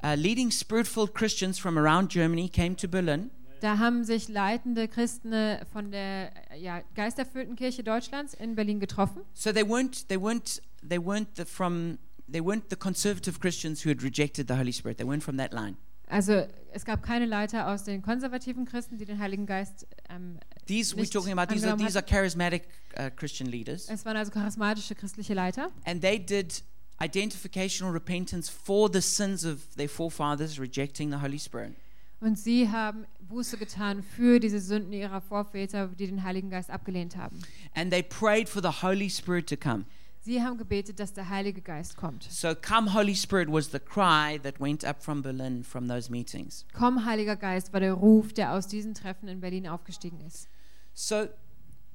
S1: uh, leading spirit-filled Christians from around Germany came to Berlin.
S2: Da haben sich leitende Christen äh, von der äh, ja, geisterfüllten Kirche Deutschlands in Berlin getroffen.
S1: So they weren't, they weren't, they weren't the, from, they weren't the conservative Christians who had rejected the Holy Spirit. They weren't from that line.
S2: Also es gab keine Leiter aus den konservativen Christen, die den Heiligen Geist. Ähm,
S1: These we're
S2: Nicht
S1: talking about. These are
S2: angenommen
S1: these are charismatic uh, Christian leaders,
S2: es waren also charismatische christliche Leiter
S1: and they did identificational repentance for the sins of their forefathers rejecting the Holy Spirit.
S2: und sie haben Buße getan für diese Sünden ihrer Vorväter, die den Heiligen Geist abgelehnt haben.
S1: And they prayed for the Holy Spirit to come.
S2: Sie haben gebetet, dass der Heilige Geist kommt.
S1: So, come, Holy Spirit, was the cry that went up from Berlin from those meetings.
S2: Komm, Heiliger Geist, war der Ruf, der aus diesen Treffen in Berlin aufgestiegen ist.
S1: So,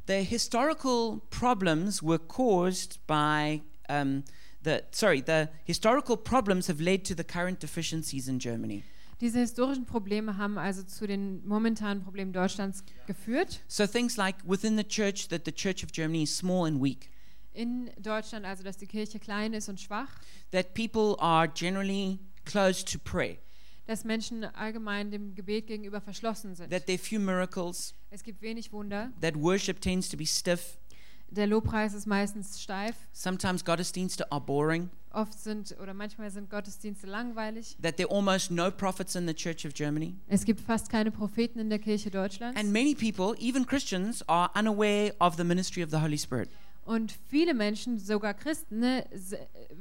S1: the historical problems were caused by um, the sorry, the historical problems have led to the current deficiencies in Germany.
S2: Diese historischen Probleme haben also zu den momentanen Problemen Deutschlands geführt.
S1: So, things like within the church that the Church of Germany is small and weak.
S2: In Deutschland also, dass die Kirche klein ist und schwach,
S1: that people are generally closed to prayer,
S2: dass Menschen allgemein dem Gebet gegenüber verschlossen sind.
S1: that there are few miracles,
S2: Es gibt wenig Wunder.
S1: that worship tends to be stiff.
S2: Der Lobpreis ist meistens steif.
S1: Sometimes Gottesdienste are boring,
S2: Oft sind oder manchmal sind Gottesdienste langweilig.
S1: that there are almost no prophets in the Church of Germany.
S2: Es gibt fast keine Propheten in der Kirche Deutschlands.
S1: And many people, even Christians, are unaware of the ministry of the Holy Spirit.
S2: Und viele Menschen, sogar Christen, ne, s-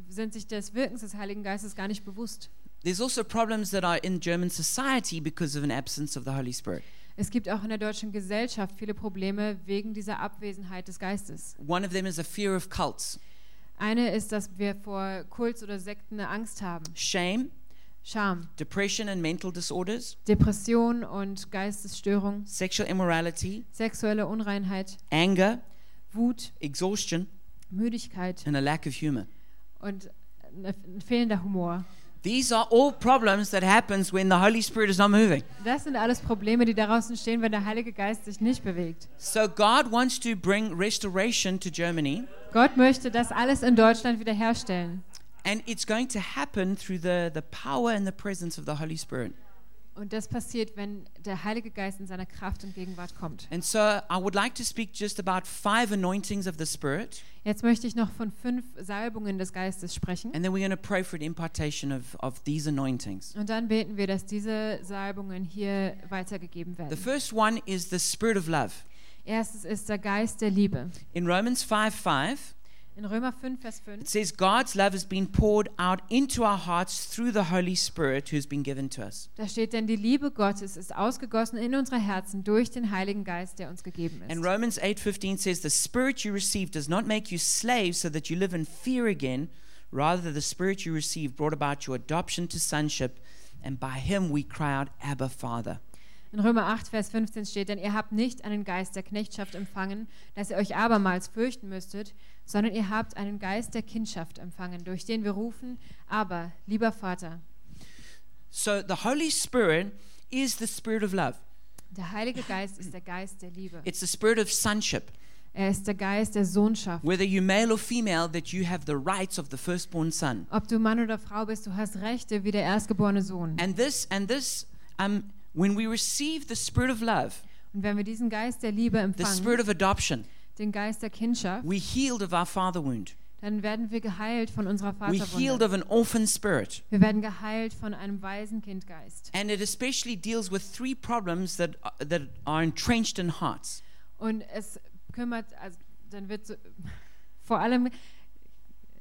S2: sind sich des Wirkens des Heiligen Geistes gar nicht bewusst.
S1: There's also problems that are in German society because of an absence of the Holy Spirit.
S2: Es gibt auch in der deutschen Gesellschaft viele Probleme wegen dieser Abwesenheit des Geistes.
S1: One of them is a fear of cults,
S2: Eine ist, dass wir vor Kults oder Sekten eine Angst haben.
S1: shame,
S2: Scham,
S1: depression and mental disorders,
S2: Depression und Geistesstörung,
S1: sexual immorality,
S2: sexuelle Unreinheit,
S1: anger,
S2: Wut,
S1: exhaustion,
S2: Müdigkeit
S1: and a lack of humor.
S2: und ne- ein fehlender Humor.
S1: These are all problems that happens when the Holy Spirit is not moving.
S2: Das sind alles Probleme, die daraus entstehen, wenn der Heilige Geist sich nicht bewegt.
S1: So God wants to bring restoration to Germany,
S2: Gott möchte das alles in Deutschland wiederherstellen.
S1: and it's going to happen through the, the power and the presence of the Holy Spirit.
S2: Und das passiert, wenn der Heilige Geist in seiner Kraft und Gegenwart kommt.
S1: And so I would like to speak just about five anointings of the Spirit,
S2: Jetzt möchte ich noch von fünf Salbungen des Geistes sprechen.
S1: and then we're going to pray for an impartation of, of these anointings.
S2: Und dann beten wir, dass diese Salbungen hier weitergegeben
S1: The
S2: werden.
S1: first one is the Spirit of love.
S2: Erstes ist der Geist der Liebe.
S1: In Romans 5 5,
S2: In Römer 5, Vers 5.
S1: it says, God's love has been poured out into our hearts through the Holy Spirit who's been given to us.
S2: Da steht denn, die Liebe Gottes ist ausgegossen in unsere Herzen durch den Heiligen Geist, der uns gegeben ist.
S1: And Romans 8:15 says the spirit you receive does not make you slaves so that you live in fear again rather the spirit you receive brought about your adoption to sonship and by him we cry out abba father.
S2: In Römer 8, Vers 15 steht, denn ihr habt nicht einen Geist der Knechtschaft empfangen, dass ihr euch abermals fürchten müsstet, sondern ihr habt einen Geist der Kindschaft empfangen, durch den wir rufen, aber, lieber Vater,
S1: So the Holy Spirit is the spirit of love.
S2: der Heilige Geist ist der Geist der Liebe.
S1: It's the spirit of sonship.
S2: Er ist der Geist der Sohnschaft.
S1: Whether you male or female that you have the rights of the firstborn son.
S2: Ob du Mann oder Frau bist, du hast Rechte wie der erstgeborene Sohn.
S1: And this and this um when we receive the spirit of love,
S2: Und wenn wir diesen Geist der Liebe
S1: the spirit
S2: empfangen,
S1: of adoption,
S2: den Geist der Kindschaft,
S1: we healed of our father wound.
S2: dann werden wir geheilt von unserer
S1: We healed
S2: Vaterwunde.
S1: of an orphan spirit.
S2: Wir werden geheilt von einem Waisenkindgeist.
S1: And it especially deals with three problems that, uh, that are entrenched in hearts.
S2: Und es kümmert, also dann wird so, vor allem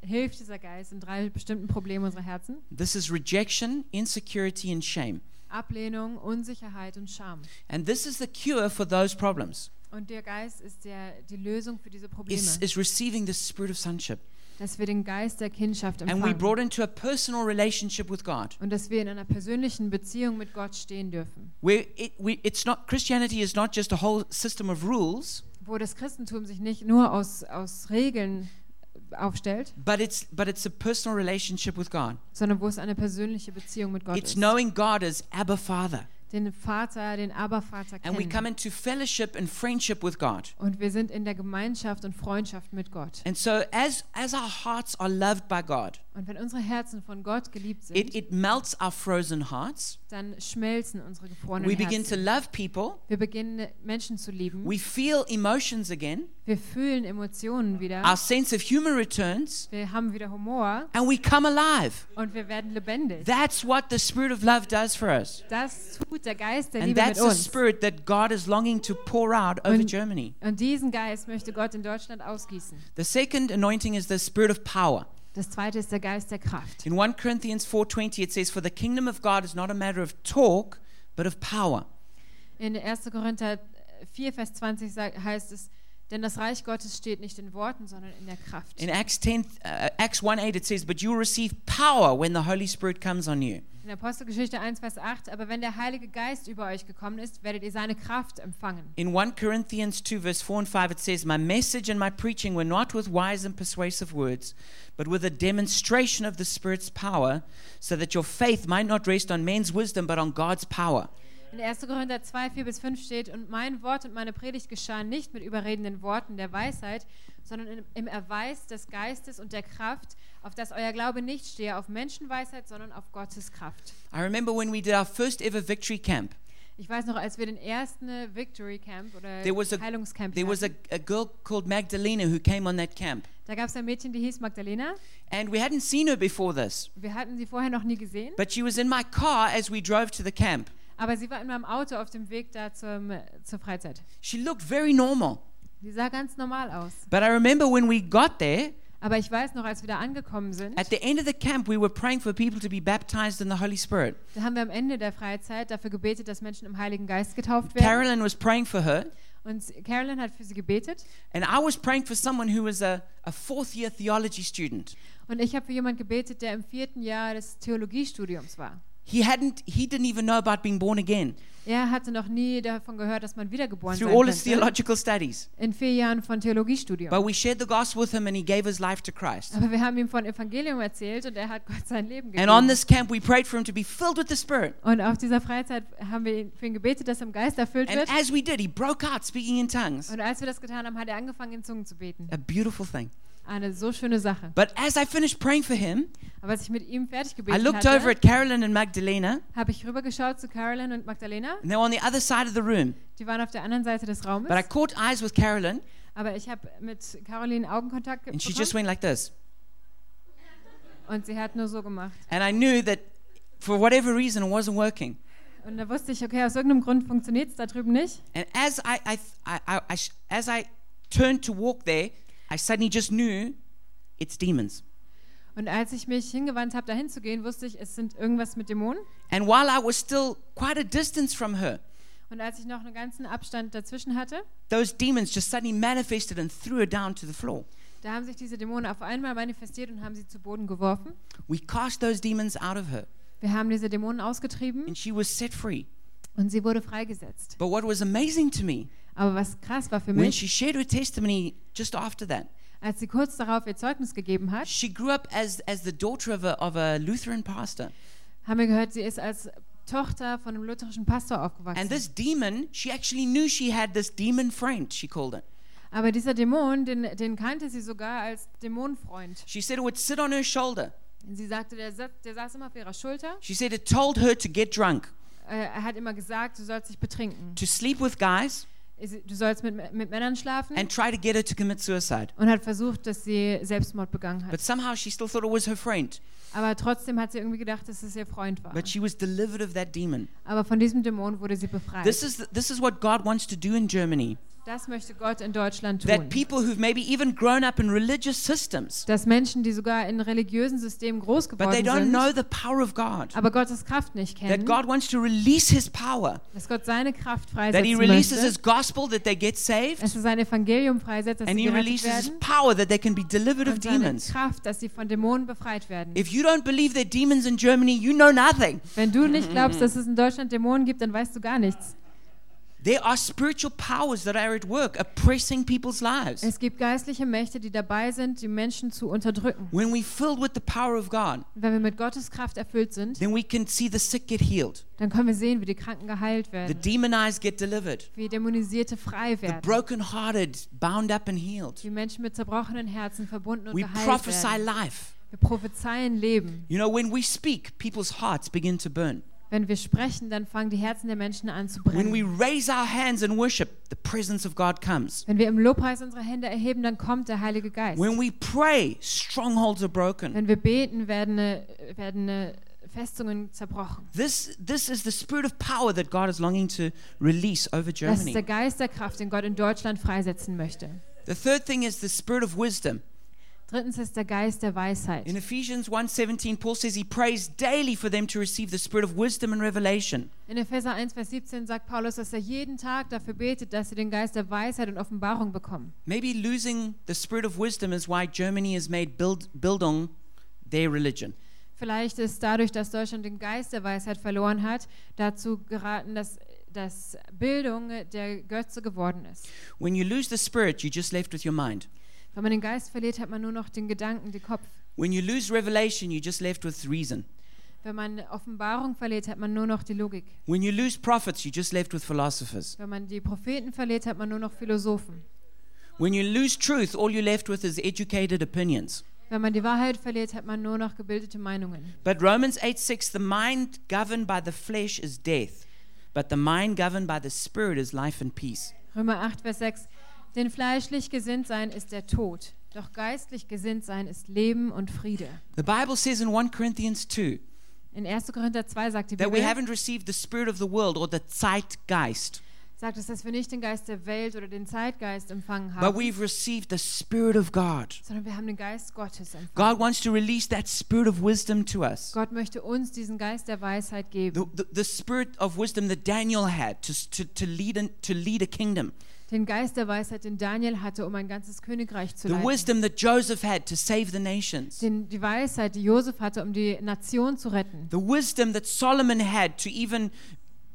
S2: hilft dieser Geist in drei bestimmten Problemen unserer Herzen.
S1: This is rejection, insecurity, and shame.
S2: Ablehnung, Unsicherheit und Scham.
S1: And this is the cure for those problems.
S2: Und der Geist ist der, die Lösung für diese Probleme,
S1: Is, is receiving the spirit of sonship.
S2: dass wir den Geist der Kindschaft
S1: And we
S2: empfangen
S1: brought into a personal relationship with God.
S2: und dass wir in einer persönlichen Beziehung mit Gott stehen dürfen,
S1: Where it, we, it's not Christianity is not just a whole system of rules,
S2: wo das Christentum sich nicht nur aus, aus Regeln aufstellt,
S1: but it's but it's a personal relationship with God.
S2: sondern wo es eine persönliche Beziehung mit Gott
S1: It's
S2: ist.
S1: knowing God as Abba Father.
S2: Den Vater, den Abervater
S1: And we come
S2: kennen.
S1: into fellowship and friendship with God.
S2: Und wir sind in der Gemeinschaft und Freundschaft mit Gott.
S1: And so as as our hearts are loved by God,
S2: Und wenn unsere Herzen von Gott geliebt
S1: it,
S2: sind,
S1: it melts our frozen hearts.
S2: dann schmelzen unsere gefrorenen
S1: We begin to
S2: Herzen.
S1: love people.
S2: Wir beginnen Menschen zu lieben.
S1: We feel emotions again.
S2: Wir fühlen Emotionen wieder.
S1: Our sense of humor returns.
S2: Wir haben wieder Humor
S1: And we come alive.
S2: und wir werden lebendig.
S1: That's what the spirit of love does for us.
S2: Das tut der Geist der
S1: And
S2: Liebe mit
S1: that's the
S2: uns.
S1: spirit that God is longing to pour out over
S2: Und-
S1: Germany.
S2: Und diesen Geist möchte Gott in Deutschland ausgießen.
S1: The second anointing is the spirit of power.
S2: Das zweite ist der Geist der Kraft.
S1: In 1 Corinthians 4:20 it says for the kingdom of God is not a matter of talk but of power.
S2: In 1. Korinther 4, Vers 20 sagt- heißt es, denn das Reich Gottes steht nicht in Worten, sondern in der Kraft.
S1: In Acts 10 uh, Acts 1:8 it says but you will receive power when the Holy Spirit comes on you.
S2: In Apostelgeschichte 1, Vers 8, aber wenn der Heilige Geist über euch gekommen ist, werdet ihr seine Kraft empfangen.
S1: In 1 Corinthians 2, verse 4 and 5, it says, My message and my preaching were not with wise and persuasive words, but with a demonstration of the Spirit's power, so that your faith might not rest on men's wisdom, but on God's power.
S2: In 1. Korinther 2, 4 bis 5 steht, und mein Wort und meine Predigt geschahen nicht mit überredenden Worten der Weisheit, sondern in, im Erweis des Geistes und der Kraft, auf das euer Glaube nicht stehe auf Menschenweisheit, sondern auf Gottes Kraft.
S1: I remember when we did our first ever victory camp,
S2: Ich weiß noch, als wir den ersten Victory Camp oder
S1: There was a-
S2: Heilungscamp
S1: there was a,
S2: hatten,
S1: a girl called Magdalena who came on that camp.
S2: da gab es ein Mädchen, die hieß Magdalena.
S1: And we hadn't seen her before this,
S2: Wir hatten sie vorher noch nie gesehen,
S1: but she was in my car as we drove to the camp.
S2: aber sie war in meinem Auto auf dem Weg da zum, zur Freizeit.
S1: She looked very normal.
S2: Sie sah ganz normal aus.
S1: But I remember when we got there,
S2: Aber ich weiß noch, als wir da angekommen sind,
S1: at the end of the camp, we were praying for people to be baptized in the Holy Spirit.
S2: da haben wir am Ende der Freizeit dafür gebetet, dass Menschen im Heiligen Geist getauft werden.
S1: Carolyn was praying for her,
S2: Und Carolyn hat für sie gebetet.
S1: and I was praying for someone who was a, a fourth year theology student.
S2: Und ich habe für jemanden gebetet, der im vierten Jahr des Theologiestudiums war.
S1: He hadn't, he didn't even know about being born again
S2: Er hatte noch nie davon gehört, dass man wiedergeboren
S1: through all
S2: sein
S1: his
S2: könnte.
S1: theological studies.
S2: In vier Jahren von Theologiestudium.
S1: But we shared the gospel with him, and he gave his life to Christ.
S2: Aber wir haben ihm von Evangelium erzählt und er hat Gott sein Leben
S1: And on
S2: gegeben.
S1: this camp, we prayed for him to be filled with the Spirit.
S2: Und auf dieser Freizeit haben wir ihn- für ihn gebetet, dass er im Geist erfüllt
S1: And
S2: wird.
S1: as we did, he broke out speaking in tongues.
S2: Und als wir das getan haben, hat er angefangen, in Zungen zu beten.
S1: A beautiful thing.
S2: Eine so schöne Sache.
S1: But as I finished praying for him,
S2: Aber als ich mit ihm fertig
S1: I
S2: gebetet
S1: looked over
S2: hatte,
S1: at Carolyn and Magdalena,
S2: habe ich rübergeschaut zu Carolyn und Magdalena.
S1: and they were on the other side of the room.
S2: Die waren auf der anderen Seite des Raumes.
S1: But I caught eyes with Carolyn,
S2: Aber ich habe mit Caroline Augenkontakt ge-
S1: and she just went
S2: bekommen
S1: like this.
S2: und sie hat nur so gemacht.
S1: And I knew that for whatever reason, it wasn't working.
S2: Und da wusste ich, okay, aus irgendeinem Grund funktioniert es da drüben nicht.
S1: And as I, I, I, I, I sh- as I turned to walk there, I suddenly just knew it's demons.
S2: Und als ich mich hingewandt habe, dahin zu gehen, wusste ich, es sind irgendwas mit Dämonen.
S1: And while I was still quite a distance from her,
S2: Und als ich noch einen ganzen Abstand dazwischen hatte,
S1: those demons just suddenly manifested and threw her down to the floor.
S2: da haben sich diese Dämonen auf einmal manifestiert und haben sie zu Boden geworfen.
S1: We cast those demons out of her,
S2: Wir haben diese Dämonen ausgetrieben
S1: and she was set free.
S2: und sie wurde freigesetzt.
S1: But what was amazing to me,
S2: Aber was krass war für
S1: when
S2: mich,
S1: she shared her testimony just after that,
S2: als sie kurz darauf ihr Zeugnis gegeben hat,
S1: she grew up as, as the daughter of a, of a Lutheran pastor.
S2: haben wir gehört, sie ist als Tochter von einem lutherischen Pastor
S1: And
S2: aufgewachsen.
S1: this demon, she actually knew she had this demon friend, she called it.
S2: Aber dieser Dämon, den, den kannte sie sogar als Dämonenfreund.
S1: She said it would sit on her shoulder.
S2: Sie sagte, der, sa- der saß immer auf ihrer Schulter.
S1: She said it told her to get drunk,
S2: Äh, Er hat immer gesagt, du sollst dich betrinken.
S1: to sleep with guys,
S2: Sie- Du sollst mit, mit Männern schlafen.
S1: and try to get her to commit suicide.
S2: Und hat versucht, dass sie Selbstmord begangen
S1: But
S2: hat.
S1: somehow she still thought it was her friend.
S2: Aber trotzdem hat sie irgendwie gedacht, dass es ihr Freund war.
S1: But she was delivered of that demon.
S2: Aber von diesem Dämon wurde sie befreit.
S1: This is, this is what God wants to do in Germany.
S2: Das möchte Gott in Deutschland
S1: That
S2: tun.
S1: people who've maybe even grown up in religious systems,
S2: Dass Menschen, die sogar in religiösen Systemen groß
S1: but they
S2: geworden
S1: don't know
S2: sind,
S1: the power of God.
S2: aber Gottes Kraft nicht
S1: That
S2: kennen,
S1: God wants to release His power.
S2: dass Gott seine Kraft
S1: That He
S2: freisetzen
S1: releases
S2: möchte,
S1: His gospel that they get
S2: dass
S1: saved.
S2: er sein Evangelium freisetzt, dass
S1: And
S2: sie
S1: He
S2: gerettet
S1: releases His
S2: werden
S1: power that they can be delivered of
S2: und seine
S1: demons.
S2: Kraft, dass sie von Dämonen befreit werden.
S1: If you don't believe there are demons in Germany, you know nothing.
S2: Wenn du nicht glaubst,
S1: Mm-hmm.
S2: dass es in Deutschland Dämonen gibt, dann weißt du gar nichts.
S1: There are spiritual powers that are at work oppressing people's lives.
S2: Es gibt geistliche Mächte, die dabei sind, die Menschen zu unterdrücken.
S1: When we're filled with the power of God,
S2: Und Wenn wir mit Gottes Kraft erfüllt sind,
S1: then we can see the sick get healed,
S2: dann können wir sehen, wie die Kranken geheilt
S1: the
S2: werden,
S1: demonized get delivered,
S2: wie Dämonisierte frei
S1: the
S2: werden,
S1: brokenhearted bound up and healed.
S2: wie Menschen mit zerbrochenen Herzen verbunden und
S1: We
S2: geheilt
S1: prophesy
S2: werden.
S1: life.
S2: Wir prophezeien Leben.
S1: You know, when we speak, people's hearts begin to burn.
S2: Wenn wir sprechen, dann fangen die Herzen der Menschen an zu
S1: When we
S2: brennen.
S1: raise our hands in worship, the presence of God comes.
S2: Wenn wir im Lobpreis unsere Hände erheben, dann kommt der Heilige Geist.
S1: When we pray, strongholds are broken.
S2: Wenn wir beten, werden, äh, werden äh, Festungen zerbrochen.
S1: This, this is the spirit of power that God is longing to release over
S2: Das ist
S1: Germany.
S2: der Geist der Kraft, den Gott in Deutschland freisetzen möchte.
S1: The third thing is the spirit of wisdom.
S2: Drittens ist der Geist der
S1: In
S2: Weisheit.
S1: Ephesians 1:17, Paul says he prays daily for them to receive the spirit of wisdom and revelation.
S2: In Epheser 1, Vers 17 sagt Paulus, dass er jeden Tag dafür betet, dass sie den Geist der Weisheit und Offenbarung bekommen.
S1: Maybe losing the spirit of wisdom is why Germany has made Bild, Bildung their religion.
S2: Vielleicht ist dadurch, dass Deutschland den Geist der Weisheit verloren hat, dazu geraten, dass, dass Bildung der Götze geworden ist.
S1: When you lose the spirit, you're just left with your mind.
S2: Wenn man den Geist verliert, hat man nur noch den Gedanken, den Kopf.
S1: When you lose revelation, you're just left with reason.
S2: Wenn man Offenbarung verliert, hat man nur noch die Logik.
S1: When you lose prophets, you're just left with philosophers.
S2: Wenn man die Propheten verliert, hat man nur noch Philosophen.
S1: When you lose truth, all you're left with is educated opinions.
S2: Wenn man die Wahrheit verliert, hat man nur noch gebildete Meinungen.
S1: But Romans 8 6, the mind governed by the flesh is death, but the mind governed by the spirit is life and peace.
S2: Römer 8, Vers 6. Denn fleischlich gesinnt sein ist der Tod, doch geistlich gesinnt sein ist Leben und Friede.
S1: The Bible says in 1 Corinthians 2
S2: In 1. Korinther 2 sagt die
S1: that we
S2: Bibel,
S1: haven't received the spirit of the world or the zeitgeist,
S2: sagt es, dass wir nicht den Geist der Welt oder den Zeitgeist empfangen
S1: but
S2: haben,
S1: we've received the spirit of God.
S2: sondern wir haben den Geist Gottes empfangen.
S1: God wants to release that spirit of wisdom to us.
S2: Gott möchte uns diesen Geist der Weisheit
S1: The,
S2: geben,
S1: the, the spirit of wisdom that Daniel had to, to, to, lead, an, to lead a kingdom.
S2: den Geist der Weisheit, den Daniel hatte, um ein ganzes Königreich zu
S1: The
S2: leiten.
S1: wisdom that Joseph had to save the nations.
S2: Den, die Weisheit, die Josef hatte, um die Nation zu retten.
S1: The wisdom that Solomon had to even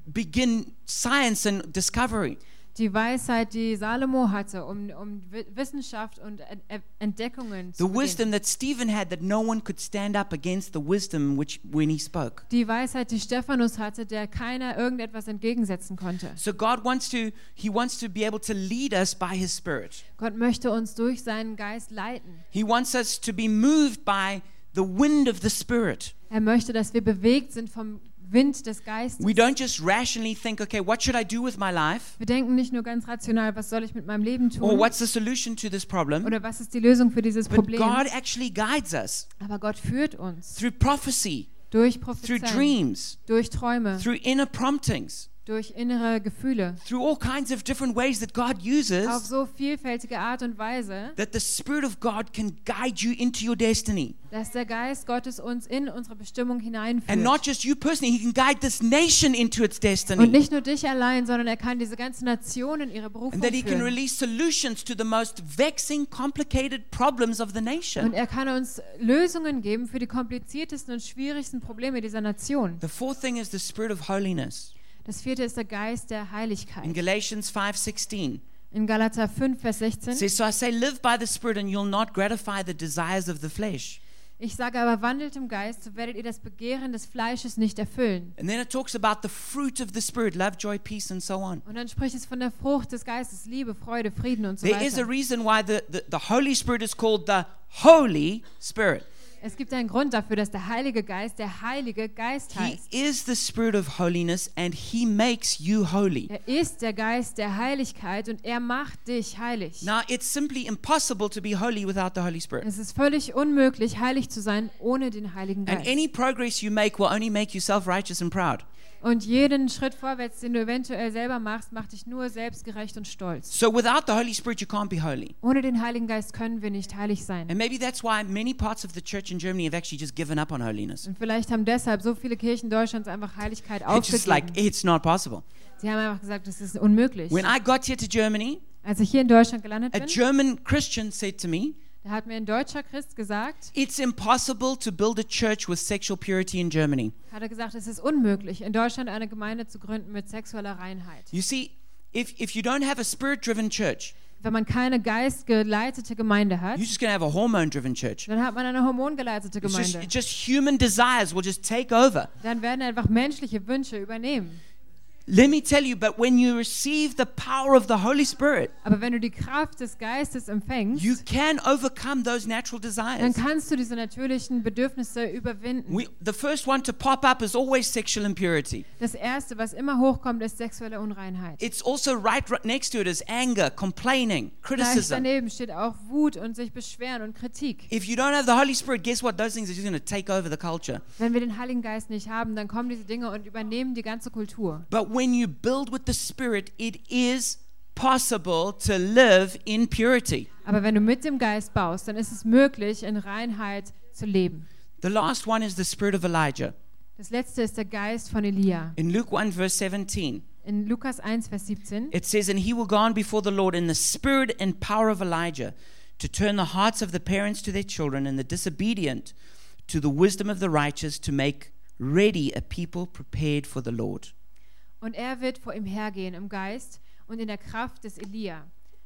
S1: begin science and discovery.
S2: Die Weisheit, die Salomo hatte, um, um Wi- Wissenschaft und Ent- Entdeckungen
S1: The
S2: zu beginnen.
S1: wisdom that Stephen had that no one could stand up against the wisdom which when he spoke.
S2: die Weisheit, die Stephanus hatte, der keiner irgendetwas entgegensetzen konnte.
S1: So God wants to he wants to be able to lead us by his spirit.
S2: Gott möchte uns durch seinen Geist leiten.
S1: He wants us to be moved by the wind of the spirit.
S2: Er möchte, dass wir bewegt sind vom Wind des Geistes.
S1: We don't just rationally think, okay, what should I do with my life?
S2: Wir denken nicht nur ganz rational, was soll ich mit meinem Leben tun
S1: Or what's the solution to this problem?
S2: oder was ist die Lösung für dieses
S1: But
S2: Problem.
S1: God actually guides us
S2: Aber Gott führt uns
S1: through prophecy,
S2: durch
S1: through
S2: Prophezeien,
S1: dreams,
S2: durch Träume,
S1: through inner promptings,
S2: durch innere Gefühle,
S1: through all kinds of different ways that God
S2: auf
S1: uses
S2: so vielfältige Art und Weise,
S1: that the Spirit of God can guide you into your destiny.
S2: dass der Geist Gottes uns in unsere Bestimmung
S1: And not
S2: hineinführt.
S1: just you personally, He can guide this nation into its
S2: Und
S1: destiny.
S2: nicht nur dich allein, sondern er kann diese ganzen Nationen ihre Berufung
S1: And that He can
S2: führen.
S1: release solutions to the most vexing, complicated problems of the
S2: Und
S1: nation.
S2: er kann uns Lösungen geben für die kompliziertesten und schwierigsten Probleme dieser Nation.
S1: The fourth thing is the Spirit of holiness.
S2: Das vierte ist der Geist der
S1: In
S2: Heiligkeit.
S1: Galatians 5:16
S2: In Galater 5, Vers
S1: it
S2: 16.
S1: says, "So I say, live by the Spirit, and you'll not gratify the desires of the flesh."
S2: Ich sage aber, wandelt im Geist, so werdet ihr das Begehren des Fleisches nicht erfüllen.
S1: And then it talks about the fruit of the Spirit: love, joy, peace, and so on.
S2: Und dann spricht es von der Frucht des Geistes, Liebe, Freude, Frieden und so
S1: There is a
S2: weiter.
S1: reason why the, the, the Holy Spirit is called the Holy Spirit.
S2: Es gibt einen Grund dafür, dass der Heilige Geist der Heilige Geist
S1: He
S2: heißt.
S1: is the Spirit of holiness, and He makes you holy.
S2: Er ist der Geist der Heiligkeit und er macht dich heilig.
S1: Now, it's simply impossible to be holy without the Holy Spirit.
S2: Es ist völlig unmöglich, heilig zu sein ohne den Heiligen
S1: And
S2: Geist.
S1: any progress you make will only make you self righteous and proud.
S2: Und jeden Schritt vorwärts, den du eventuell selber machst, macht dich nur selbstgerecht und stolz.
S1: So without the Holy Spirit, you can't be holy.
S2: Ohne den Heiligen Geist können wir nicht heilig sein.
S1: And maybe that's why many parts of the church in Germany have actually just given up on holiness.
S2: Und vielleicht haben deshalb so viele Kirchen Deutschlands einfach Heiligkeit
S1: It's just like,
S2: aufgegeben.
S1: it's not possible.
S2: Sie haben einfach gesagt, das ist unmöglich.
S1: When I got here to Germany,
S2: Als ich hier in Deutschland gelandet
S1: a
S2: bin,
S1: German Christian said to me,
S2: da hat mir ein deutscher Christ gesagt,
S1: It's impossible to build a church with sexual purity in Germany.
S2: hat er gesagt, es ist unmöglich, in Deutschland eine Gemeinde zu gründen mit sexueller Reinheit.
S1: You see, if, if you don't have a spirit driven church,
S2: Wenn man keine geistgeleitete Gemeinde hat,
S1: you're just going to have a hormone driven church.
S2: dann hat man eine hormongeleitete
S1: It's just,
S2: Gemeinde.
S1: it's just human desires will just take over.
S2: Dann werden einfach menschliche Wünsche übernehmen.
S1: Let me tell you, but when you receive the power of the Holy Spirit,
S2: Aber wenn du die Kraft des Geistes
S1: you
S2: empfängst,
S1: can overcome those natural
S2: dann
S1: desires.
S2: kannst du diese natürlichen Bedürfnisse überwinden.
S1: We, the first one to pop up is always sexual impurity.
S2: Das Erste, was immer hochkommt, ist sexuelle Unreinheit.
S1: It's also right, right next to it is anger, complaining,
S2: Gleich
S1: criticism.
S2: daneben steht auch Wut und sich beschweren und Kritik.
S1: If you don't have the Holy Spirit, guess what? Those things are just going to take over the culture.
S2: Wenn wir den Heiligen Geist nicht haben, dann kommen diese Dinge und übernehmen die ganze Kultur.
S1: But when you build with the Spirit, it is possible to live in purity.
S2: Aber wenn du mit dem Geist baust, dann ist es möglich, in Reinheit zu leben.
S1: The last one is the spirit of Elijah.
S2: Das letzte ist der Geist von Elia.
S1: In Luke 1, verse 17,
S2: In Lukas 1, Vers 17.
S1: it says, And he will go on before the Lord in the spirit and power of Elijah to turn the hearts of the parents to their children and the disobedient to the wisdom of the righteous to make ready a people prepared for the Lord.
S2: Und er wird vor ihm hergehen im Geist und in der Kraft des Elia,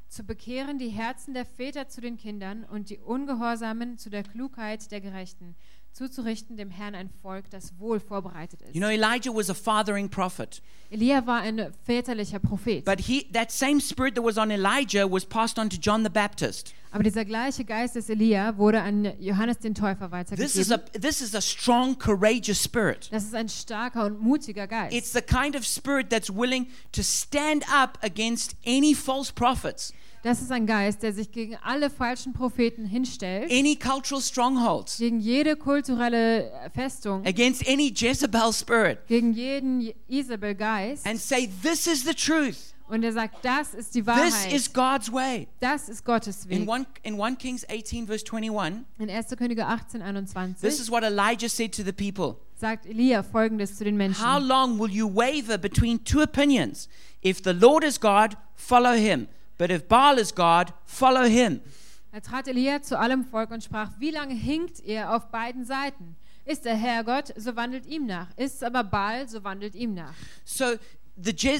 S2: zu bekehren die Herzen der Väter zu den Kindern und die Ungehorsamen zu der Klugheit der Gerechten, zuzurichten dem Herrn ein Volk, das wohl vorbereitet ist.
S1: You know, Elijah was a fathering prophet,
S2: Elia war ein väterlicher Prophet,
S1: but he, that same spirit that was on Elijah was passed on to John the Baptist.
S2: aber dieser gleiche Geist des Elia wurde an Johannes den Täufer
S1: This is a
S2: weitergegeben.
S1: this is a strong, courageous spirit.
S2: Das ist ein starker und mutiger Geist.
S1: It's the kind of spirit that's willing to stand up against any false prophets,
S2: Das ist ein Geist, der sich gegen alle falschen Propheten hinstellt,
S1: any cultural strongholds,
S2: gegen jede kulturelle Festung,
S1: against any Jezebel spirit,
S2: gegen jeden Isabel-Geist.
S1: and say, "This is the truth.
S2: Und er sagt, das ist die
S1: This
S2: Wahrheit.
S1: is God's way."
S2: das ist Gottes
S1: In
S2: Weg.
S1: one in one Kings 18 verse 21,
S2: In 1. Könige 18,
S1: this
S2: 21
S1: is what Elijah said to the people.
S2: sagt Elia folgendes zu den Menschen.
S1: How long will you waver between two opinions? If the Lord is God, follow him. But if Baal is God, follow him.
S2: Da trat Elia zu allem Volk und sprach, wie lange hinkt ihr auf beiden Seiten? Ist der Herr Gott, so wandelt ihm nach. Ist es aber Baal, so wandelt ihm nach.
S1: So the, Je- uh,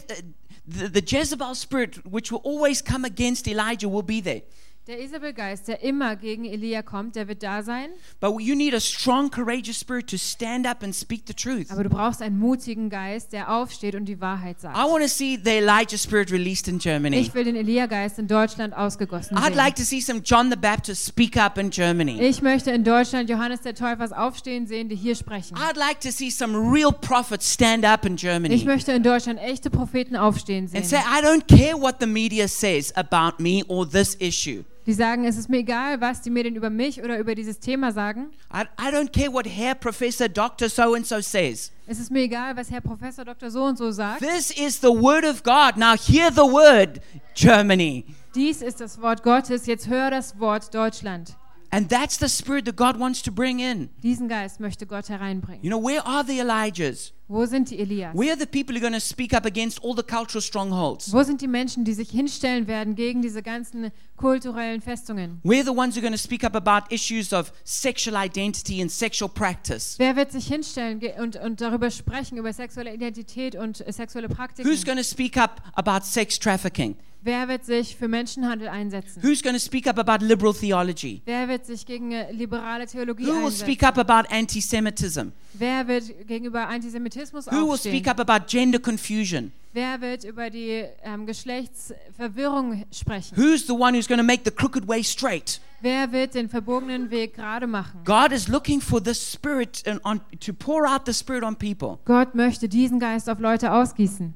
S1: the, the Jezebel spirit, which will always come against Elijah, will be there.
S2: Der Isabelgeist, der immer gegen Elia kommt, der wird da sein.
S1: But you need a strong, courageous spirit to stand up and speak the truth.
S2: Aber du brauchst einen mutigen Geist, der aufsteht und die Wahrheit
S1: I
S2: sagt.
S1: want to see the Elijah spirit released in Germany.
S2: Ich will den Elia-Geist in Deutschland ausgegossen
S1: I'd
S2: sehen.
S1: like to see some John the Baptist speak up in Germany.
S2: Ich möchte in Deutschland Johannes der Täufers aufstehen sehen, die hier sprechen.
S1: I'd like to see some real prophets stand up in
S2: Ich
S1: Germany
S2: möchte in Deutschland echte Propheten aufstehen
S1: and say,
S2: sehen.
S1: I don't care what the media says about me or this issue.
S2: Die sagen, es ist mir egal, was die Medien über mich oder über dieses Thema sagen.
S1: I, I don't care what Herr Professor Dr. So and so says.
S2: Es ist mir egal, was Herr Professor Dr. So und so sagt.
S1: This is the word of God. Now hear the word, Germany.
S2: Dies ist das Wort Gottes. Jetzt hör das Wort Deutschland.
S1: And that's the spirit that God wants to bring in.
S2: Diesen Geist möchte Gott hereinbringen.
S1: You know, where are the Elijahs?
S2: Wo sind die Elias?
S1: Where are the people who are going to speak up against all the cultural strongholds?
S2: Wo sind die Menschen, die sich hinstellen werden gegen diese ganzen kulturellen Festungen?
S1: We're the ones who are going to speak up about issues of sexual identity and sexual practice.
S2: Wer wird sich hinstellen ge- und, und darüber sprechen, über sexuelle Identität und äh, sexuelle
S1: Who's
S2: Praktiken?
S1: going to speak up about sex trafficking?
S2: Wer wird sich für Menschenhandel einsetzen?
S1: Who's going to speak up about liberal theology?
S2: Wer wird sich gegen äh, liberale Theologie
S1: Who will
S2: einsetzen?
S1: speak up about anti Semitism?
S2: Wer wird gegenüber Antisemitismus
S1: Who will
S2: aufstehen?
S1: speak up about gender confusion?
S2: Wer wird über die ähm, Geschlechtsverwirrung sprechen?
S1: Who's the one who's going to make the crooked way straight?
S2: Wer wird den verbogenen Weg gerade machen?
S1: God is looking for the Spirit and on, to pour out the Spirit on people.
S2: Gott möchte diesen Geist auf Leute ausgießen.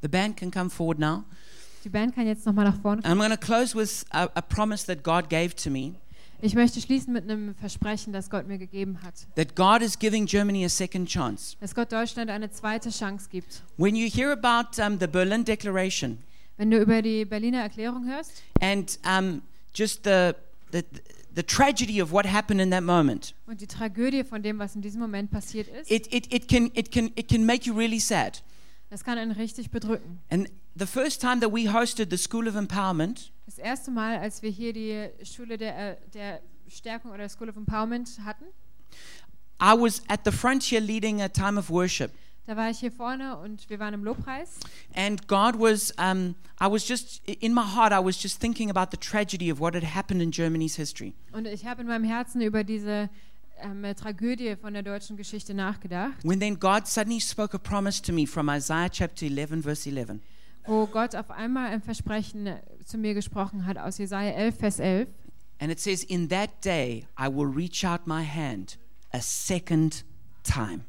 S1: The band can come forward now.
S2: Die Band kann jetzt nochmal nach vorne.
S1: I'm going to close with a, a promise that God gave to me.
S2: Ich möchte schließen mit einem Versprechen, das Gott mir gegeben hat.
S1: that God is giving Germany a second chance.
S2: Dass Gott Deutschland eine zweite Chance gibt.
S1: When you hear about um, the Berlin Declaration
S2: Wenn du über die Berliner Erklärung hörst
S1: and um, just the, the, the tragedy of what happened in that moment,
S2: und die Tragödie von dem, was in diesem Moment passiert ist,
S1: it, it, it, can, it, can, it can make you really sad.
S2: das kann einen richtig bedrücken.
S1: And the first time that we hosted the School of Empowerment,
S2: Das erste Mal, als wir hier die Schule der, äh, der Stärkung oder School of Empowerment hatten,
S1: I was at the front here leading a time of worship.
S2: da war ich hier vorne und wir waren im Lobpreis.
S1: And God was, um, I was just, in my heart, I was just thinking about the tragedy of what had happened in Germany's history.
S2: Und ich habe in meinem Herzen über diese ähm, Tragödie von der deutschen Geschichte nachgedacht,
S1: When then God suddenly spoke a promise to me from Isaiah chapter 11, verse 11.
S2: wo Gott auf einmal ein Versprechen äh, zu mir gesprochen hat aus Jesaja 11, Vers 11.
S1: And it says, In that day I will reach out my hand a second time.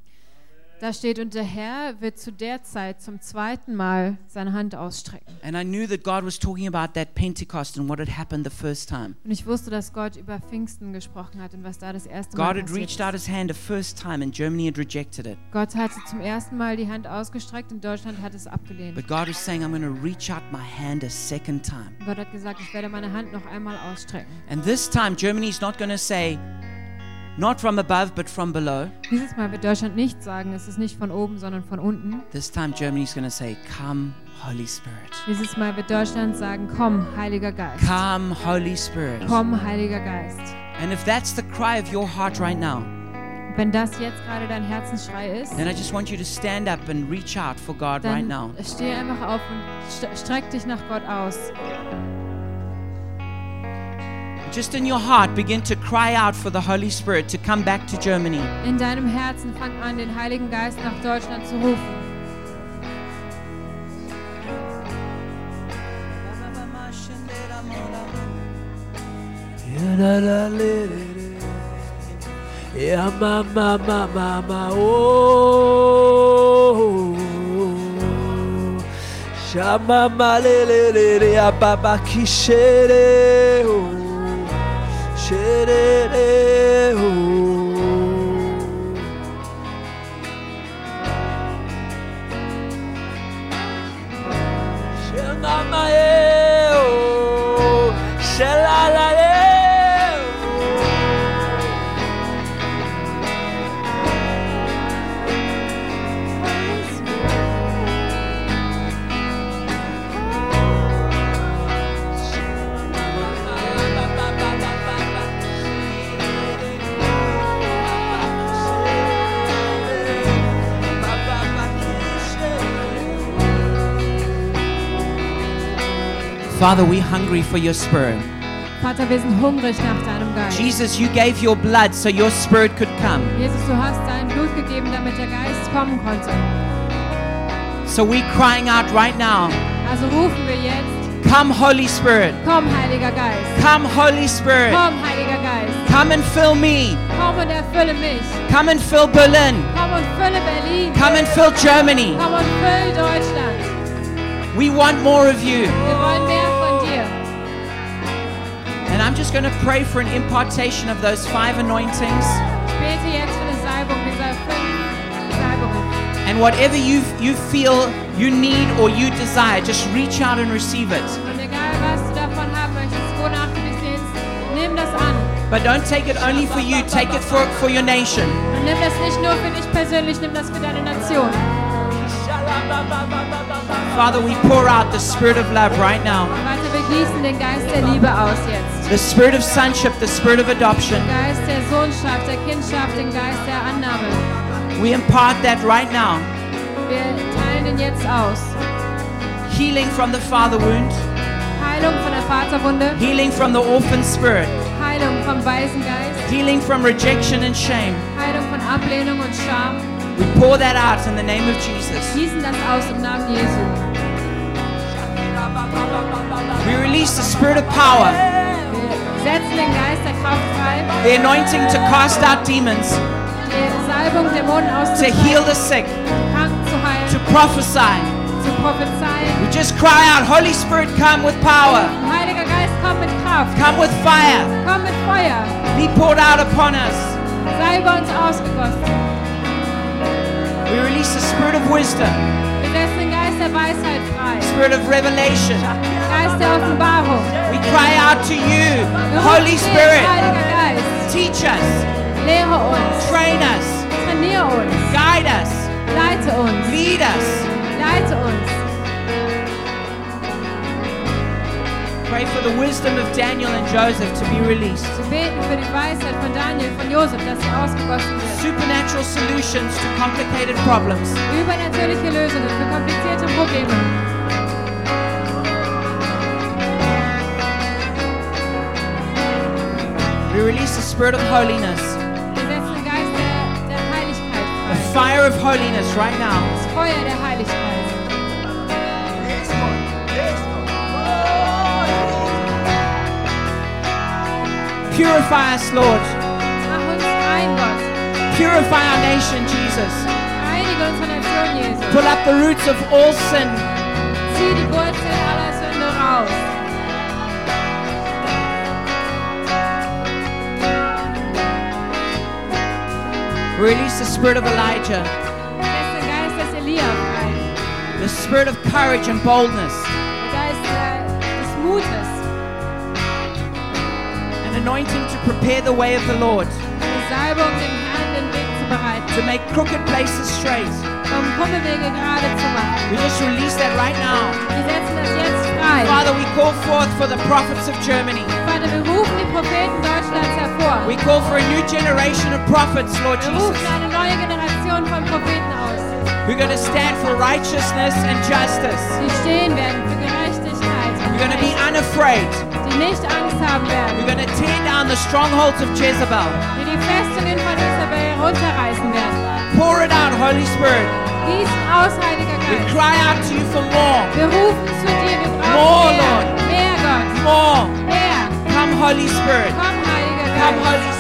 S2: Da steht, und der Herr wird zu der Zeit zum zweiten Mal seine Hand ausstrecken.
S1: And I knew that God was talking about that Pentecost and what had happened the first time.
S2: Und ich wusste, dass Gott über Pfingsten gesprochen hat und was da das erste Mal
S1: God had
S2: passiert
S1: reached
S2: ist.
S1: out his hand a first time and Germany had rejected it.
S2: Gott hatte zum ersten Mal die Hand ausgestreckt und Deutschland hat es abgelehnt.
S1: But God was saying, I'm going to reach out my hand a second time.
S2: Gott hat gesagt, ich werde meine Hand noch einmal ausstrecken.
S1: And this time, Germany's not going to say, not from above, but from below.
S2: Dieses Mal wird Deutschland nicht sagen, es ist nicht von oben, sondern von unten.
S1: This time, Germany's going to say, Come, Holy Spirit.
S2: Dieses Mal wird Deutschland sagen, komm, Heiliger Geist.
S1: Come, Holy Spirit.
S2: Komm, Heiliger Geist.
S1: And if that's the cry of your heart right now,
S2: Wenn das jetzt gerade dein Herzensschrei ist,
S1: then I just want you to stand up and reach out for God right now.
S2: dann steh einfach auf und st- streck dich nach Gott aus.
S1: Just in your heart, begin to cry out for the Holy Spirit to come back to Germany.
S2: In deinem Herzen fang an, den Heiligen Geist nach Deutschland zu rufen.
S3: Yeah, la, la, le, le, le. Yeah, ma, ma, ma, ma, ma, oh. Shama, ma, le, le, le, le, ah, ba, ba, ki, shere, oh. Shere, le, oh. Shenamaeo, shelalaeo.
S1: Father, we're hungry for your Spirit.
S2: Vater, wir sind hungrig nach deinem Geist.
S1: Jesus, you gave your blood so your Spirit could come.
S2: Jesus, du hast dein Blut gegeben, damit der Geist kommen konnte.
S1: So we're crying out right now
S2: Also rufen wir jetzt,
S1: Come, Holy Spirit.
S2: komm, Heiliger Geist.
S1: Come, Holy Spirit.
S2: Komm, Heiliger Geist.
S1: Come and fill me.
S2: Komm und erfülle mich.
S1: Come and fill Berlin.
S2: Komm und fülle Berlin.
S1: Come and fill Germany.
S2: Komm und füll Deutschland.
S1: We want more of you.
S2: Wir wollen mehr von dir.
S1: And I'm just going to pray for an impartation of those five anointings.
S2: Ich bete jetzt für eine Salbung dieser fünf Salbungen.
S1: And whatever you, you feel you need or you desire, just reach out and receive it.
S2: Und egal, was du davon haben möchtest, wonach du dich sehnst, nimm das an.
S1: But don't take it only for you, take it for, for your nation.
S2: Und nimm das nicht nur für dich persönlich, nimm das für deine Nation.
S1: Father, we pour out the spirit of love right now
S2: Warte, wir gießen den Geist der Liebe aus jetzt.
S1: the spirit of sonship, the spirit of adoption.
S2: Geist der Sohnschaft, der Kindschaft, den Geist der Annahme.
S1: We impart that right now.
S2: Wir teilen ihn jetzt aus.
S1: Healing from the father wound,
S2: Heilung von der Vaterwunde,
S1: healing from the orphan spirit,
S2: Heilung vom Weißen Geist,
S1: healing from rejection and shame.
S2: Heilung von Ablehnung und Scham.
S1: We pour that out in the name of Jesus.
S2: Gießen das aus im Namen Jesu.
S1: We release the spirit of power,
S2: Wir setzen den Geist der Kraft frei,
S1: the anointing to cast out demons,
S2: die Salbung Dämonen
S1: to heal
S2: auszutreiben,
S1: the sick,
S2: Kranken zu
S1: to
S2: heilen,
S1: prophesy.
S2: zu prophezeien.
S1: We just cry out, Holy Spirit, come with power.
S2: Heiliger Geist, komm mit Kraft,
S1: Come with fire.
S2: komm mit Feuer,
S1: Be poured out upon us.
S2: sei über uns ausgegossen.
S1: We release the spirit of wisdom,
S2: Wir setzen den Geist der Weisheit frei,
S1: spirit of revelation.
S2: Geist der Offenbarung.
S1: We cry out to you,
S2: Wir rufen
S1: Holy
S2: dich,
S1: Spirit.
S2: Heiliger Geist,
S1: Teach us,
S2: lehre uns,
S1: train us,
S2: trainiere uns,
S1: guide us,
S2: leite uns,
S1: lead us.
S2: leite uns.
S1: Pray for the wisdom of Daniel and Joseph to be released.
S2: Wir beten für die Weisheit von Daniel, von Josef, dass sie ausgegossen wird.
S1: Supernatural solutions to complicated problems.
S2: Übernatürliche Lösungen für komplizierte Probleme.
S1: We release the spirit of holiness,
S2: Wir setzen den Geist der, der Heiligkeit
S1: the
S2: frei.
S1: fire of holiness right now.
S2: Das Feuer der Heiligkeit.
S1: Purify us, Lord.
S2: Mach uns rein, Gott.
S1: Purify our nation, Jesus.
S2: Reinige unsere Nation, Jesus.
S1: Pull up the roots of all sin.
S2: Zieh die Wurzeln aller Sünde raus.
S1: Release the spirit of Elijah,
S2: Setz den Geist des Elia frei.
S1: the spirit of courage and boldness,
S2: Der Geist der, des Mutes.
S1: an anointing to prepare the way of the Lord,
S2: Die Salbung, um dem Herrn den Weg zu bereiten.
S1: to make crooked places straight.
S2: Um Kummelwege gerade zu machen.
S1: We just release that right now.
S2: Wir setzen das jetzt frei.
S1: Father, we call forth for the prophets of Germany.
S2: Vater, wir rufen die Propheten Deutschlands hervor.
S1: We call for a new generation of prophets, Lord
S2: Wir
S1: Jesus,
S2: rufen eine neue Generation von Propheten aus,
S1: who are going to stand for righteousness and justice.
S2: die stehen werden für Gerechtigkeit,
S1: We're
S2: und
S1: going to be
S2: Recht,
S1: unafraid.
S2: die nicht Angst haben werden.
S1: We're going to tear down the strongholds of Jezebel.
S2: die die Festungen von Isabel runterreißen werden.
S1: Pour it out, Holy Spirit.
S2: Gießen aus, Heiliger
S1: We
S2: Geist.
S1: cry out to you for more.
S2: Wir rufen zu dir, wir
S1: More,
S2: brauchen mehr.
S1: Lord.
S2: Mehr, Gott.
S1: More.
S2: Mehr.
S1: Come, Holy Spirit.
S2: Komm, Heiliger
S1: Come,
S2: Geist.
S1: Holy